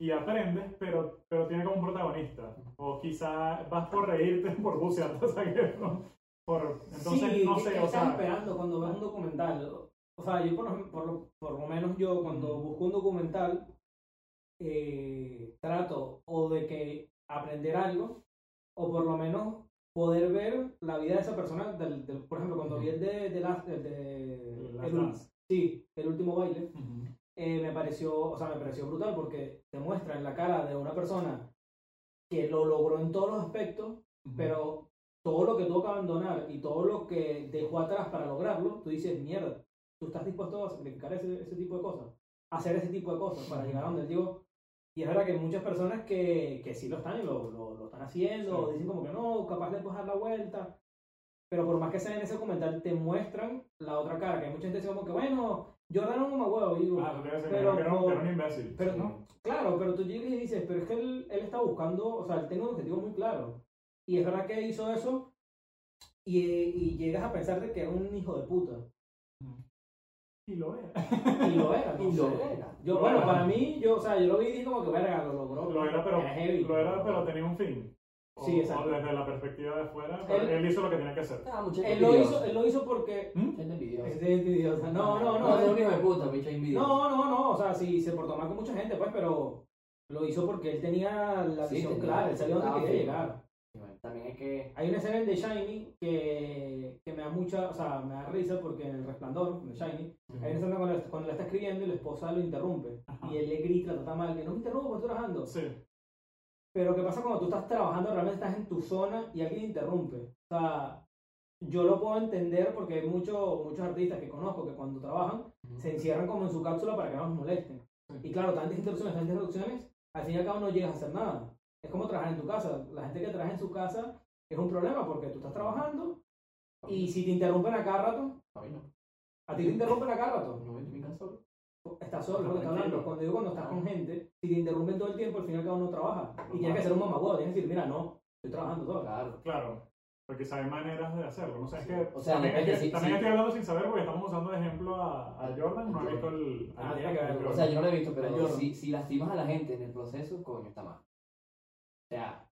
[SPEAKER 3] Y aprendes, pero, pero tiene como un protagonista. O quizá vas por reírte, por bucearte a Zac Efron. Por, entonces,
[SPEAKER 2] Sí,
[SPEAKER 3] no
[SPEAKER 2] ¿qué-
[SPEAKER 3] sé,
[SPEAKER 2] qué
[SPEAKER 3] o
[SPEAKER 2] estás
[SPEAKER 3] sea...
[SPEAKER 2] esperando cuando ves un documental? O sea, yo por lo, por lo- por lo menos yo cuando busco un documental eh, trato o de que aprender algo o por lo menos poder ver la vida de esa persona. del- del- por ejemplo, cuando vi el de, de, Last- el de-
[SPEAKER 3] Last
[SPEAKER 2] el ul-
[SPEAKER 3] Dance.
[SPEAKER 2] sí, el último baile,
[SPEAKER 3] Ujú.
[SPEAKER 2] eh, me pareció, o sea, me pareció brutal porque te muestra en la cara de una persona que lo logró en todos los aspectos, pero todo lo que tuvo que abandonar y todo lo que dejó atrás para lograrlo, tú dices, mierda, tú estás dispuesto a sacrificar ese, ese tipo de cosas, a hacer ese tipo de cosas para llegar a donde él llegó. Y es verdad que hay muchas personas que, que sí lo están y lo, lo, lo están haciendo,
[SPEAKER 3] Sí.
[SPEAKER 2] o dicen como que no, capaz de dar la vuelta. Pero por más que sea en ese comentario, te muestran la otra cara, que hay mucha gente que dice como que, bueno, Jordan es un huevo, y digo,
[SPEAKER 3] Ah, tú te vas a decir,
[SPEAKER 2] pero-
[SPEAKER 3] que era un- que era un imbécil.
[SPEAKER 2] pero
[SPEAKER 3] Sí.
[SPEAKER 2] no, claro, pero tú llegas y dices, pero es que él, él está buscando, o sea, él tiene un objetivo muy claro. Y es verdad que hizo eso y, y llegas a pensar de que era un hijo de puta.
[SPEAKER 3] Y lo era.
[SPEAKER 2] Y lo era. no
[SPEAKER 1] Y lo
[SPEAKER 2] sé.
[SPEAKER 1] era.
[SPEAKER 2] Yo,
[SPEAKER 3] Lo
[SPEAKER 2] bueno,
[SPEAKER 3] era.
[SPEAKER 2] para mí, yo, o sea, yo lo vi y dije como que verga, lo logró.
[SPEAKER 3] Lo era, pero,
[SPEAKER 2] heavy.
[SPEAKER 3] lo era, pero tenía un fin. O,
[SPEAKER 2] Sí, exacto.
[SPEAKER 3] o desde la perspectiva de afuera, pero
[SPEAKER 2] Él-
[SPEAKER 3] él, hizo lo que tenía que hacer.
[SPEAKER 1] Ah, muchacho.
[SPEAKER 2] Él lo
[SPEAKER 1] envidioso.
[SPEAKER 2] hizo, él lo hizo porque.
[SPEAKER 1] Él envidioso.
[SPEAKER 2] Este idiota. No,
[SPEAKER 1] No,
[SPEAKER 2] no, no.
[SPEAKER 1] es un hijo de puta, bicho envidioso.
[SPEAKER 2] No, no, no, o sea, sí se portó mal con mucha gente, pues, pero lo hizo porque él tenía la
[SPEAKER 1] Sí,
[SPEAKER 2] visión
[SPEAKER 1] tenía-
[SPEAKER 2] clara, él sabía dónde
[SPEAKER 1] estaba
[SPEAKER 2] quería
[SPEAKER 1] firme.
[SPEAKER 2] llegar.
[SPEAKER 1] Y bueno, También es que.
[SPEAKER 2] Hay una escena en The Shining que, que me da mucha, o sea, me da risa porque en el resplandor, en The Shining, hay una escena cuando, la- cuando la está escribiendo y la esposa lo interrumpe.
[SPEAKER 3] Ajá.
[SPEAKER 2] Y él le grita, trata mal, que no me interrumpo, estoy trabajando.
[SPEAKER 3] Sí,
[SPEAKER 2] Pero ¿qué pasa cuando tú estás trabajando, realmente estás en tu zona y alguien interrumpe? O sea, yo lo puedo entender porque hay muchos muchos artistas que conozco que cuando trabajan se encierran como en su cápsula para que no nos molesten. Y claro, tantas interrupciones, tantas interrupciones, al fin y al cabo no llegas a hacer nada. Es como trabajar en tu casa. La gente que trabaja en su casa es un problema porque tú estás trabajando y si te interrumpen a cada rato,
[SPEAKER 1] A mí no.
[SPEAKER 2] a ti te interrumpen a cada rato.
[SPEAKER 1] No me en mi casa solo.
[SPEAKER 2] Estás solo, porque estás hablando. Cuando digo cuando estás con gente, si te interrumpen todo el tiempo, al fin y al cabo no trabajas. Y tienes que ser un mamagüeo, tienes que decir, mira, no, estoy trabajando todo.
[SPEAKER 1] Claro.
[SPEAKER 3] claro. Porque quizá hay maneras de hacerlo. No sé, es
[SPEAKER 1] Sí.
[SPEAKER 3] que.
[SPEAKER 1] O sea,
[SPEAKER 3] también,
[SPEAKER 1] es que
[SPEAKER 3] es que-
[SPEAKER 1] sí-
[SPEAKER 3] también
[SPEAKER 1] sí.
[SPEAKER 3] estoy hablando sin saber porque estamos usando de ejemplo a, a Jordan. No
[SPEAKER 1] Jordan.
[SPEAKER 3] he visto el.
[SPEAKER 2] Ah,
[SPEAKER 3] al-
[SPEAKER 2] tiene que verlo.
[SPEAKER 1] O sea, yo no lo he visto,
[SPEAKER 2] Ay,
[SPEAKER 1] pero
[SPEAKER 2] yo no.
[SPEAKER 1] si, si lastimas a la gente en el proceso, coño, está mal. O sea,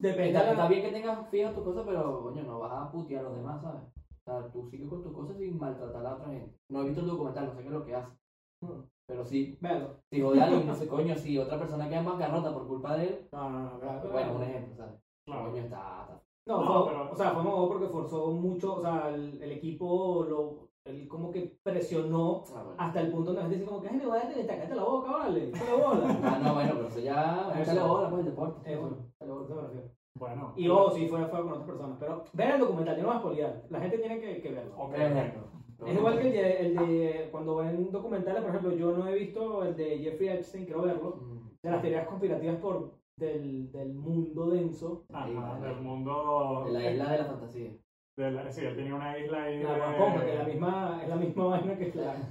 [SPEAKER 2] Depende.
[SPEAKER 1] está,
[SPEAKER 2] de la-
[SPEAKER 1] está bien que tengas fijas tus cosas, pero coño, no vas a putear a los demás, ¿sabes? O sea, tú sigues con tus cosas sin maltratar a otra gente. No he visto el documental, no sé qué es lo que hace.
[SPEAKER 2] No.
[SPEAKER 1] Pero sí,
[SPEAKER 2] Verlo.
[SPEAKER 1] si jode a alguien, no sé, coño, si otra persona queda en bancarrota por culpa de él,
[SPEAKER 2] No, no, no, claro.
[SPEAKER 1] bueno, un ejemplo, ¿sabes?
[SPEAKER 3] Claro.
[SPEAKER 1] Coño, está, está
[SPEAKER 2] No,
[SPEAKER 3] No,
[SPEAKER 2] fue-
[SPEAKER 3] pero-
[SPEAKER 2] o sea, fue mamado porque forzó mucho, o sea, el, el equipo lo, él como que presionó
[SPEAKER 1] está bueno.
[SPEAKER 2] hasta el punto donde la gente dice como que, ay, no, déjate, cállate la boca, vale, no bola.
[SPEAKER 1] Ah, no, bueno, pero eso ya.
[SPEAKER 2] Eso.
[SPEAKER 1] Échale bola, pues el deporte.
[SPEAKER 2] Eh, bueno.
[SPEAKER 1] Échale bola.
[SPEAKER 2] Eso me refiero.
[SPEAKER 3] Bueno.
[SPEAKER 2] Y ojo, sí, fue, fue con otras personas, pero vean el documental, yo no vas a poliar, la gente tiene que, que verlo.
[SPEAKER 3] Ok,
[SPEAKER 1] Eh,
[SPEAKER 3] bueno.
[SPEAKER 2] Es igual que el de, el de- cuando ven documentales, por ejemplo, yo no he visto el de Jeffrey Epstein, quiero verlo,
[SPEAKER 1] Mm,
[SPEAKER 2] de las teorías conspirativas por, del, del mundo denso,
[SPEAKER 3] Ajá, del mundo.
[SPEAKER 1] de la isla de la fantasía.
[SPEAKER 3] de la- sí, él tenía una isla ahí.
[SPEAKER 2] la
[SPEAKER 3] de-
[SPEAKER 2] guaponga, que es la misma, es la misma vaina que la...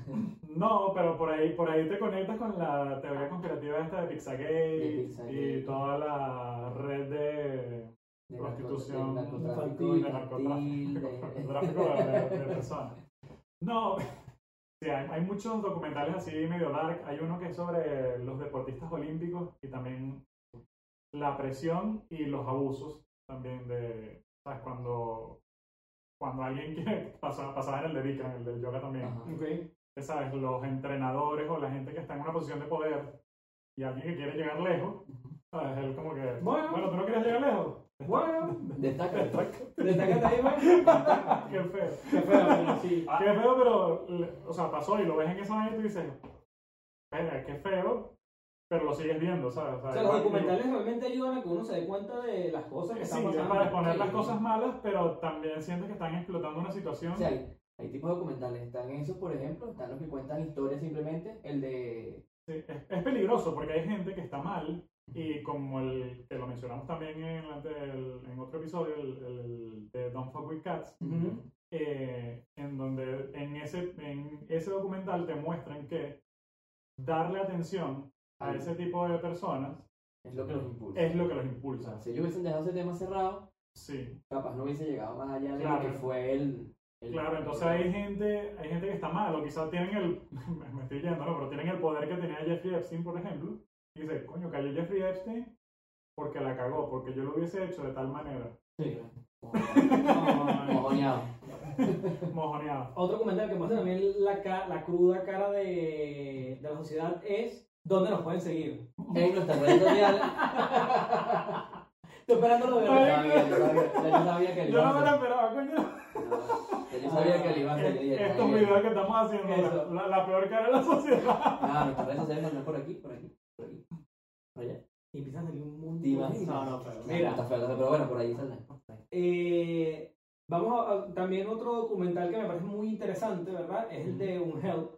[SPEAKER 3] No, pero por ahí, por ahí te conectas con la teoría conspirativa esta de Pizzagate
[SPEAKER 1] De Pizzagate.
[SPEAKER 3] y toda la red de
[SPEAKER 1] de
[SPEAKER 3] Prostitución,
[SPEAKER 1] narco- de narcotráfico
[SPEAKER 2] infantil,
[SPEAKER 1] infantil,
[SPEAKER 3] narcotráfico,
[SPEAKER 1] de-
[SPEAKER 3] narcotráfico de, de personas. No, sí, hay, hay muchos documentales así medio dark. Hay uno que es sobre los deportistas olímpicos y también la presión y los abusos también de, ¿sabes? Cuando, cuando alguien que pasaba, pasaba en el de Vikram, el del yoga también,
[SPEAKER 1] Ajá.
[SPEAKER 2] Ok.
[SPEAKER 3] que, ¿sabes? Los entrenadores o la gente que está en una posición de poder y alguien que quiere llegar lejos, ¿sabes? Él como que,
[SPEAKER 2] Bueno.
[SPEAKER 3] bueno, ¿tú no quieres llegar lejos?
[SPEAKER 2] Bueno,
[SPEAKER 1] Destaca.
[SPEAKER 2] destácate ahí, man.
[SPEAKER 3] Qué feo.
[SPEAKER 2] Qué feo, pero sí.
[SPEAKER 3] Ah, Qué feo, pero, le- o sea, pasó y lo ves en esa vaina y tú dices, "Verga, qué feo, pero lo sigues viendo, ¿sabes? O sea,
[SPEAKER 2] O sea, los
[SPEAKER 3] igual-
[SPEAKER 2] documentales realmente ayudan a que uno se dé cuenta de las cosas que
[SPEAKER 3] Sí,
[SPEAKER 2] están
[SPEAKER 3] es
[SPEAKER 2] pasando.
[SPEAKER 3] para exponer las
[SPEAKER 2] Sí.
[SPEAKER 3] cosas malas, pero también sientes que están explotando una situación.
[SPEAKER 1] O sea, hay, hay tipos de documentales. Están esos, por ejemplo, están los que cuentan historias simplemente. El de.
[SPEAKER 3] Sí, es, es peligroso porque hay gente que está mal y como el que lo mencionamos también en, el- en otro episodio, el, el de Don't Fuck With Cats,
[SPEAKER 2] Ujú.
[SPEAKER 3] eh, en donde en ese, en ese documental te muestran que darle atención a ese tipo de personas
[SPEAKER 1] ah, Es lo que los impulsa.
[SPEAKER 3] es lo que los
[SPEAKER 1] O
[SPEAKER 3] impulsa.
[SPEAKER 1] sea, si ellos hubiesen dejado ese tema cerrado,
[SPEAKER 3] Sí,
[SPEAKER 1] capaz no hubiese llegado más allá de
[SPEAKER 3] Claro.
[SPEAKER 1] lo que fue el. el-
[SPEAKER 3] claro, entonces hay gente, hay gente que está mal, o quizás tienen el, me me estoy yendo, ¿no? Pero tienen el poder que tenía Jeffrey Epstein, por ejemplo, y dice, coño, cayó Jeffrey Epstein porque la cagó, porque yo lo hubiese hecho de tal manera,
[SPEAKER 1] Sí.
[SPEAKER 2] No, no.
[SPEAKER 1] Mojoneado.
[SPEAKER 3] mojoneado.
[SPEAKER 2] Otro comentario que muestra también la, ca- la cruda cara de, de la sociedad es dónde nos pueden seguir.
[SPEAKER 1] En nuestras redes sociales.
[SPEAKER 2] Estoy esperando lo de
[SPEAKER 1] Yo sabía, yo sabía, yo sabía que le
[SPEAKER 3] Yo
[SPEAKER 1] iba a
[SPEAKER 3] no me
[SPEAKER 1] hacer.
[SPEAKER 3] lo esperaba, coño.
[SPEAKER 1] No, Yo sabía que le iba a hacer. y está
[SPEAKER 3] Estos
[SPEAKER 1] bien.
[SPEAKER 3] videos que estamos haciendo,
[SPEAKER 2] Eso.
[SPEAKER 3] la, la peor cara de la sociedad.
[SPEAKER 1] No, nuestras redes sociales están por aquí, por aquí, por aquí. Por allá.
[SPEAKER 2] Y empiezan a salir un mundo.
[SPEAKER 1] Diva.
[SPEAKER 2] No, no, pero
[SPEAKER 1] Mira.
[SPEAKER 2] mira.
[SPEAKER 1] Está feo, está feo, pero bueno, por ahí salen.
[SPEAKER 2] eh, vamos a, a- también otro documental que me parece muy interesante, ¿verdad? Es el de un help.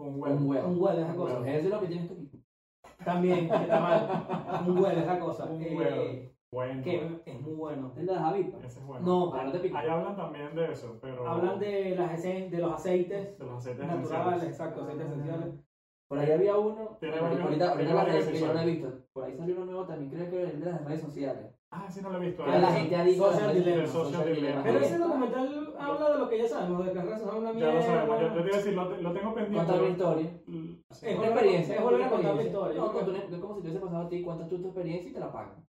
[SPEAKER 3] Un
[SPEAKER 1] Un
[SPEAKER 3] huevo.
[SPEAKER 2] Un
[SPEAKER 1] huevo.
[SPEAKER 2] huevo es la
[SPEAKER 1] Un huevo.
[SPEAKER 2] cosa.
[SPEAKER 1] Eso es lo que tienes que
[SPEAKER 2] También, que está mal. Un huevo es la cosa.
[SPEAKER 3] Un
[SPEAKER 2] Eh,
[SPEAKER 3] huevo. Bueno.
[SPEAKER 2] que es muy bueno.
[SPEAKER 1] Es la de Javi, pues.
[SPEAKER 3] Ese es bueno.
[SPEAKER 2] No,
[SPEAKER 1] Para no te picar.
[SPEAKER 3] Ahí hablan también de eso, pero.
[SPEAKER 2] Hablan de, las esen- de los aceites
[SPEAKER 3] de los aceites
[SPEAKER 2] naturales,
[SPEAKER 3] esenciales. Ah.
[SPEAKER 2] exacto, aceites esenciales.
[SPEAKER 1] Por ahí había uno.
[SPEAKER 3] Tiene
[SPEAKER 1] ahorita-
[SPEAKER 3] varios-
[SPEAKER 1] ahorita
[SPEAKER 3] tiene
[SPEAKER 1] ahorita la
[SPEAKER 3] varios
[SPEAKER 1] red que yo no la he
[SPEAKER 3] episodios.
[SPEAKER 1] visto. Por ahí salió uno nuevo también, creo que es de las redes sociales.
[SPEAKER 3] Ah, sí, no lo he visto.
[SPEAKER 1] Que la gente adicta a las
[SPEAKER 2] Social
[SPEAKER 1] redes
[SPEAKER 2] Dilemma,
[SPEAKER 1] sociales,
[SPEAKER 3] Social Dilemma.
[SPEAKER 2] Pero ese
[SPEAKER 1] Ajá.
[SPEAKER 2] documental habla de lo que ya sabemos, de que las redes son una
[SPEAKER 3] Ya
[SPEAKER 2] mierda.
[SPEAKER 3] lo sabemos. Yo, yo te iba a decir, lo, te- lo tengo pendiente.
[SPEAKER 1] Contar una historia.
[SPEAKER 3] L- sí.
[SPEAKER 2] Es
[SPEAKER 1] Una
[SPEAKER 2] volver-
[SPEAKER 1] experiencia.
[SPEAKER 2] es volver a
[SPEAKER 1] una
[SPEAKER 2] contar la
[SPEAKER 1] experiencia.
[SPEAKER 2] historia, yo
[SPEAKER 1] No,
[SPEAKER 2] creo.
[SPEAKER 1] como tú- es como si te hubiese pasado a ti, cuentas tú tu experiencia y te la pagan.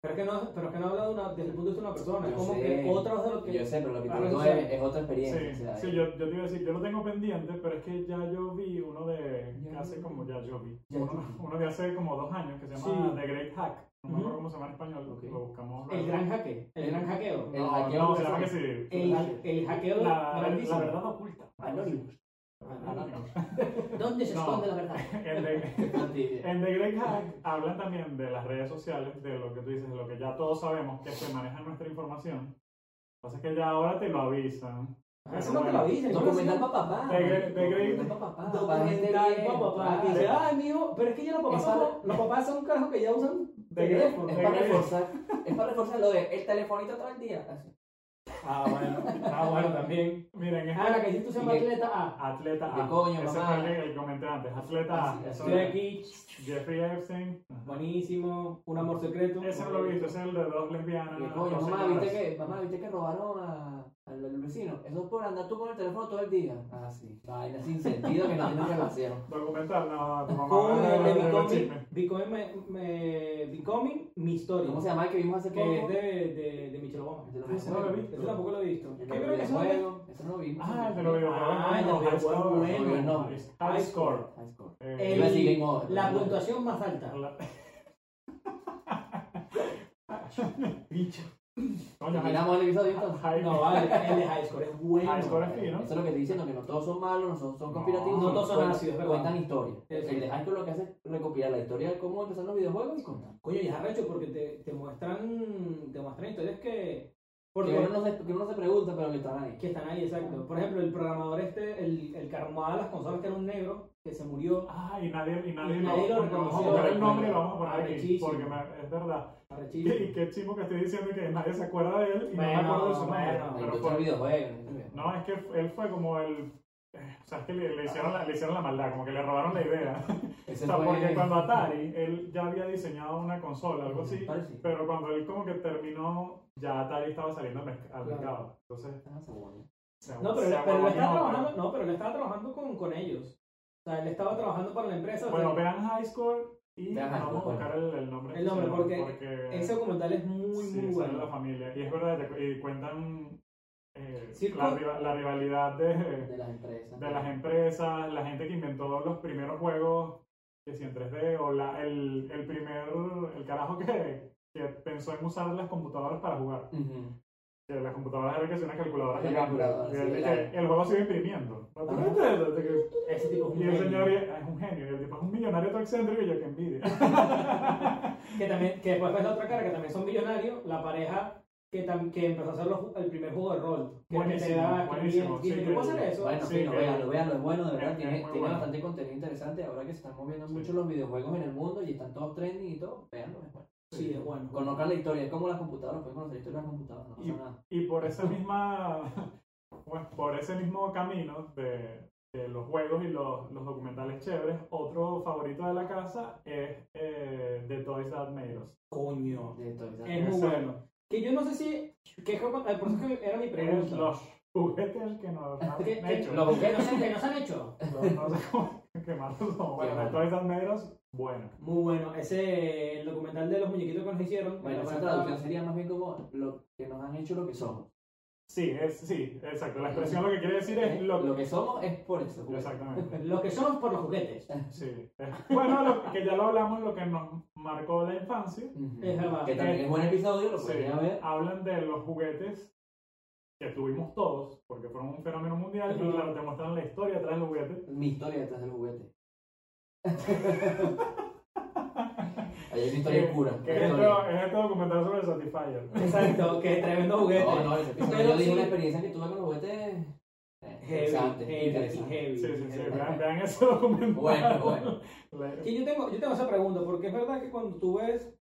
[SPEAKER 2] Pero es que no, pero es que no habla de una, desde el punto de vista de una persona, es
[SPEAKER 1] Yo
[SPEAKER 2] como
[SPEAKER 1] sé.
[SPEAKER 2] que otros de lo que.
[SPEAKER 1] Yo sé, pero lo que
[SPEAKER 2] Ah,
[SPEAKER 1] te digo
[SPEAKER 2] eso sí.
[SPEAKER 1] es, es otra experiencia.
[SPEAKER 3] Sí,
[SPEAKER 1] o sea, eh,
[SPEAKER 3] sí, yo, yo te iba a decir, yo lo tengo pendiente, pero es que ya yo vi uno de que hace como ya yo vi.
[SPEAKER 1] Ya yo
[SPEAKER 3] Uno,
[SPEAKER 1] vi.
[SPEAKER 3] uno de hace como dos años que se llama
[SPEAKER 2] Sí.
[SPEAKER 3] The Great Hack. No me acuerdo
[SPEAKER 2] Ujú.
[SPEAKER 3] cómo se llama en español.
[SPEAKER 1] Ok.
[SPEAKER 3] Lo buscamos.
[SPEAKER 2] El gran hackeo, el gran hackeo.
[SPEAKER 1] el
[SPEAKER 3] no,
[SPEAKER 1] hackeo
[SPEAKER 3] no,
[SPEAKER 1] de
[SPEAKER 3] se llama que
[SPEAKER 1] personas.
[SPEAKER 3] sí.
[SPEAKER 2] El, el hackeo
[SPEAKER 3] La, la
[SPEAKER 2] grandísimo.
[SPEAKER 3] verdad oculta.
[SPEAKER 1] Anonymous.
[SPEAKER 2] Ah,
[SPEAKER 3] Anónimo.
[SPEAKER 2] ¿Dónde
[SPEAKER 3] se esconde
[SPEAKER 2] la verdad?
[SPEAKER 3] El de-
[SPEAKER 1] Plantilla.
[SPEAKER 3] En The Great Hack hablan también de las redes sociales, de lo que tú dices, de lo que ya todos sabemos, que se maneja nuestra información. Lo que pasa es que ya ahora te lo avisan.
[SPEAKER 2] Eso no te lo dicen. eso no
[SPEAKER 1] Documental
[SPEAKER 2] es
[SPEAKER 1] para papá.
[SPEAKER 3] De Grey- de Grey-
[SPEAKER 1] Documental para papá. Para gente
[SPEAKER 2] Documental
[SPEAKER 1] bien,
[SPEAKER 2] pa' papá. Que
[SPEAKER 1] claro.
[SPEAKER 2] dice, ay, mijo, pero es que ya los papás,
[SPEAKER 1] Esa-
[SPEAKER 2] son, los papás son carajos que ya usan
[SPEAKER 3] De
[SPEAKER 2] teléfono.
[SPEAKER 1] Es
[SPEAKER 3] De
[SPEAKER 1] para
[SPEAKER 3] Grey.
[SPEAKER 1] reforzar. Es para reforzar lo de el telefonito todo el día. Así.
[SPEAKER 2] Ah, bueno, ah, bueno, también.
[SPEAKER 3] Miren,
[SPEAKER 2] Ah,
[SPEAKER 3] este
[SPEAKER 2] la que hiciste se
[SPEAKER 1] Y
[SPEAKER 2] llama
[SPEAKER 1] que-
[SPEAKER 2] atleta A.
[SPEAKER 3] atleta
[SPEAKER 1] ¿Qué
[SPEAKER 3] A.
[SPEAKER 1] coño,
[SPEAKER 3] Ese
[SPEAKER 1] mamá?
[SPEAKER 3] fue el que- el que comenté antes. Atleta
[SPEAKER 1] Así,
[SPEAKER 3] A.
[SPEAKER 1] así.
[SPEAKER 3] Eso
[SPEAKER 2] Estoy
[SPEAKER 3] era
[SPEAKER 2] aquí,
[SPEAKER 3] Jeffrey Epstein.
[SPEAKER 2] buenísimo, un amor secreto.
[SPEAKER 3] Ese no lo he visto, ese es el de dos lesbianas.
[SPEAKER 1] Y Eh, coño,
[SPEAKER 3] dos
[SPEAKER 1] mamá,
[SPEAKER 3] señoras.
[SPEAKER 1] ¿viste que, mamá, ¿viste que robaron a, al, al vecino? Eso es por andar tú con el teléfono todo el día. Ah, sí. Vaina sin sentido que no tiene relación.
[SPEAKER 3] Documental, no, tu mamá.
[SPEAKER 2] Con
[SPEAKER 3] habla
[SPEAKER 2] el
[SPEAKER 3] de-
[SPEAKER 2] de
[SPEAKER 3] de los
[SPEAKER 2] Becoming,
[SPEAKER 3] chismes.
[SPEAKER 2] Becoming, me- me- Becoming mi historia.
[SPEAKER 1] ¿Cómo se llama el que vimos
[SPEAKER 3] Eh,
[SPEAKER 1] hace
[SPEAKER 2] Que es
[SPEAKER 1] poco?
[SPEAKER 2] de, de, de Michelle Obama.
[SPEAKER 1] Ese no
[SPEAKER 3] Ah, ese no lo he visto.
[SPEAKER 2] Eso tampoco lo he visto.
[SPEAKER 1] El
[SPEAKER 2] Yo
[SPEAKER 1] de
[SPEAKER 2] creo que eso es.
[SPEAKER 1] videojuego, Ese no lo vimos.
[SPEAKER 3] Ah, el de los videojuegos.
[SPEAKER 2] Ah, el de
[SPEAKER 3] no, High
[SPEAKER 2] videojuegos,
[SPEAKER 3] Score.
[SPEAKER 2] bueno.
[SPEAKER 1] No,
[SPEAKER 3] Es High Score.
[SPEAKER 1] High score.
[SPEAKER 3] Eh,
[SPEAKER 1] Iba a decir Game
[SPEAKER 2] El,
[SPEAKER 1] Over.
[SPEAKER 2] la puntuación más alta.
[SPEAKER 3] La- Bicho. Coño, High
[SPEAKER 1] Terminamos el episodio entonces.
[SPEAKER 3] High-
[SPEAKER 2] No, vale, el de High Score es bueno.
[SPEAKER 3] High Score es fino.
[SPEAKER 1] Eso es lo que estoy diciendo, que no todos son malos, no son, son conspirativos.
[SPEAKER 2] No, no todos son
[SPEAKER 1] cuentan-
[SPEAKER 2] ácidos, es verdad.
[SPEAKER 1] Cuentan historias.
[SPEAKER 2] Eso.
[SPEAKER 1] El de High Score lo que hace es recopilar la historia de cómo empezaron los videojuegos y contar.
[SPEAKER 2] Coño, y es arrecho porque te, te muestran te muestran historias que
[SPEAKER 1] Porque
[SPEAKER 2] porque
[SPEAKER 1] uno no se, que uno no se pregunta, pero que están ahí.
[SPEAKER 2] que están ahí, exacto. Por ejemplo, el programador este, el, el que armaba las consolas que era un negro que se murió,
[SPEAKER 3] Ah, y nadie, y nadie,
[SPEAKER 2] Y nadie lo
[SPEAKER 3] Vamos a
[SPEAKER 2] reconoció.
[SPEAKER 3] poner el nombre y lo vamos a poner aquí.
[SPEAKER 2] Arrechísimo.
[SPEAKER 3] Porque me- es verdad. Y,
[SPEAKER 2] arrechísimo.
[SPEAKER 3] qué chingo que estoy diciendo que nadie se acuerda de él y no me
[SPEAKER 2] Bueno,
[SPEAKER 3] acuerdo de su nombre.
[SPEAKER 1] La
[SPEAKER 2] bueno,
[SPEAKER 3] pero
[SPEAKER 1] industria
[SPEAKER 3] fue-
[SPEAKER 1] de videojuegos.
[SPEAKER 3] no, es que él fue como el eh, o sea, es que le, le hicieron la, le hicieron la maldad, como que le robaron la idea. O
[SPEAKER 1] Ese
[SPEAKER 3] sea,
[SPEAKER 1] fue-
[SPEAKER 2] eh,
[SPEAKER 3] porque cuando Atari, él ya había diseñado una consola, algo así,
[SPEAKER 1] Parecido.
[SPEAKER 3] pero cuando él como que terminó, ya Atari estaba saliendo al, merc- al
[SPEAKER 2] Claro.
[SPEAKER 3] mercado. Entonces,
[SPEAKER 1] Ah, se bueno.
[SPEAKER 3] se
[SPEAKER 2] No, pero, él- pero
[SPEAKER 3] se
[SPEAKER 2] él estaba
[SPEAKER 3] aguabañó,
[SPEAKER 2] trabajando, no, pero él estaba trabajando con, con ellos. O sea, él estaba trabajando para la empresa. o
[SPEAKER 3] pero- Bueno,
[SPEAKER 2] sea,
[SPEAKER 3] vean High Score y
[SPEAKER 1] Vean High
[SPEAKER 3] vamos a
[SPEAKER 1] Score,
[SPEAKER 3] buscar el, el nombre.
[SPEAKER 2] El nombre,
[SPEAKER 3] oficial,
[SPEAKER 2] porque ese documental es muy,
[SPEAKER 3] sí,
[SPEAKER 2] muy
[SPEAKER 3] sale
[SPEAKER 2] bueno.
[SPEAKER 3] de la familia. Y es verdad, te cu- y cuentan eh,
[SPEAKER 2] Circo.
[SPEAKER 1] pues
[SPEAKER 3] la, riva- la rivalidad de,
[SPEAKER 1] De las empresas.
[SPEAKER 3] de las empresas, la gente que inventó los primeros juegos, que si en 3D, o la, el, el primer, el carajo que, que pensó en usar las computadoras para jugar.
[SPEAKER 1] Ujú.
[SPEAKER 3] Que las computadoras eran que si una calculadora
[SPEAKER 1] Una
[SPEAKER 3] gigante.
[SPEAKER 1] calculadora,
[SPEAKER 3] Y
[SPEAKER 1] sí, Ah,
[SPEAKER 3] el, que
[SPEAKER 1] claro.
[SPEAKER 3] el juego se iba imprimiendo. ¿No te
[SPEAKER 1] Ajá.
[SPEAKER 3] acuerdas? De que-
[SPEAKER 2] Ese tipo es un
[SPEAKER 3] Y el
[SPEAKER 2] genio.
[SPEAKER 3] señor es un genio, y el tipo es un millonario todo excéntrico y yo que envidia.
[SPEAKER 2] que también que después ves la otra cara que también son millonarios la pareja que, tam- que empezó a hacer los ju- el primer juego de rol que
[SPEAKER 3] Buenísimo,
[SPEAKER 2] te da- que
[SPEAKER 3] buenísimo,
[SPEAKER 2] bien-
[SPEAKER 3] sí,
[SPEAKER 2] y te puedo
[SPEAKER 3] que-
[SPEAKER 2] hacer eso
[SPEAKER 1] Bueno,
[SPEAKER 3] Sí,
[SPEAKER 1] fino,
[SPEAKER 3] que-
[SPEAKER 1] véanlo, véanlo, es bueno, de verdad,
[SPEAKER 3] es
[SPEAKER 1] tiene,
[SPEAKER 3] muy
[SPEAKER 1] tiene
[SPEAKER 3] bueno.
[SPEAKER 1] bastante contenido interesante. Ahora que se están moviendo mucho los videojuegos en el mundo y están todos trending y todo, véanlo, es bueno.
[SPEAKER 2] sí es bueno
[SPEAKER 1] Conozcan la historia, es como las computadoras, pueden conocer la historia de las computadoras, no pasa nada.
[SPEAKER 3] Y por esa misma, bueno, por ese mismo camino de, de los juegos y los, los documentales chéveres, otro favorito de la casa es eh, The Toys That Made Us.
[SPEAKER 2] coño
[SPEAKER 1] De esto, exacto.
[SPEAKER 2] es muy
[SPEAKER 3] Ese-
[SPEAKER 2] bueno que yo no sé si que es como- eh, por eso es que era mi pregunta
[SPEAKER 3] Los juguetes que nos han
[SPEAKER 2] que, que-
[SPEAKER 3] hecho.
[SPEAKER 2] los que no se, que no se han hecho
[SPEAKER 3] Los- no sé cómo quemarlos. Bueno, The
[SPEAKER 1] bueno.
[SPEAKER 3] Toys That Made Us, bueno.
[SPEAKER 2] muy bueno ese el documental de los muñequitos que nos hicieron
[SPEAKER 1] Bueno, esa traducción sería más bien como lo que nos han hecho lo que somos.
[SPEAKER 3] Sí, es, sí, exacto. La expresión lo que quiere decir es lo
[SPEAKER 1] Lo que somos es por eso. güey.
[SPEAKER 3] Exactamente.
[SPEAKER 2] los que somos por los juguetes
[SPEAKER 3] Sí. Bueno, lo que ya lo hablamos, lo que nos marcó la infancia.
[SPEAKER 1] Ujú.
[SPEAKER 2] Es verdad.
[SPEAKER 1] Que también es buen episodio, lo
[SPEAKER 3] Sí,
[SPEAKER 1] pueden ir a ver.
[SPEAKER 3] Hablan de los juguetes que tuvimos todos, porque fueron un fenómeno mundial.
[SPEAKER 2] Es
[SPEAKER 3] Y
[SPEAKER 2] verdad.
[SPEAKER 3] claro, te muestran la historia detrás del juguete.
[SPEAKER 1] Mi historia detrás del juguete. Ahí hay una historia oscura.
[SPEAKER 3] Que
[SPEAKER 1] una
[SPEAKER 3] es,
[SPEAKER 1] historia.
[SPEAKER 3] esto, es este documental sobre Satisfyer.
[SPEAKER 2] exacto que tremendo juguete
[SPEAKER 1] No, no, ese episodio
[SPEAKER 2] Pero
[SPEAKER 1] yo digo
[SPEAKER 2] sí.
[SPEAKER 1] una experiencia que tuve con los juguetes eh,
[SPEAKER 2] heavy
[SPEAKER 1] interesante,
[SPEAKER 2] heavy
[SPEAKER 1] interesante.
[SPEAKER 2] heavy
[SPEAKER 3] Sí, sí, sí.
[SPEAKER 2] heavy.
[SPEAKER 3] Vean, vean ese documental.
[SPEAKER 1] Bueno, bueno.
[SPEAKER 3] Le-
[SPEAKER 2] Que yo tengo, yo tengo esa pregunta, porque es verdad que cuando tú ves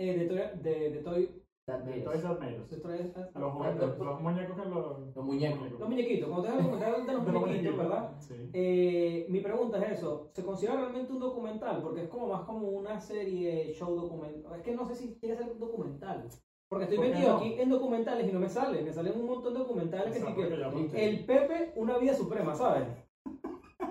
[SPEAKER 2] eh, de, Toy- de, de Toy,
[SPEAKER 1] También.
[SPEAKER 3] Toys That Made Us.
[SPEAKER 2] de Toy- ah,
[SPEAKER 3] Los, juguetes, los muñecos que los.
[SPEAKER 1] Los muñecos.
[SPEAKER 2] los muñequitos, cuando te ves el documental de los
[SPEAKER 3] de los
[SPEAKER 2] muñequitos, ¿verdad?
[SPEAKER 3] Sí.
[SPEAKER 2] Eh, mi pregunta es eso, ¿se considera realmente un documental? Porque es como más como una serie, show documental. Es que no sé si quiere ser documental. Porque estoy
[SPEAKER 3] ¿Por qué
[SPEAKER 2] metido
[SPEAKER 3] no?
[SPEAKER 2] aquí en documentales y no me sale, me salen un montón de documentales que sí
[SPEAKER 3] Exacto,
[SPEAKER 2] que...
[SPEAKER 3] que ya viste.
[SPEAKER 2] El Pepe, una vida suprema, ¿sabes?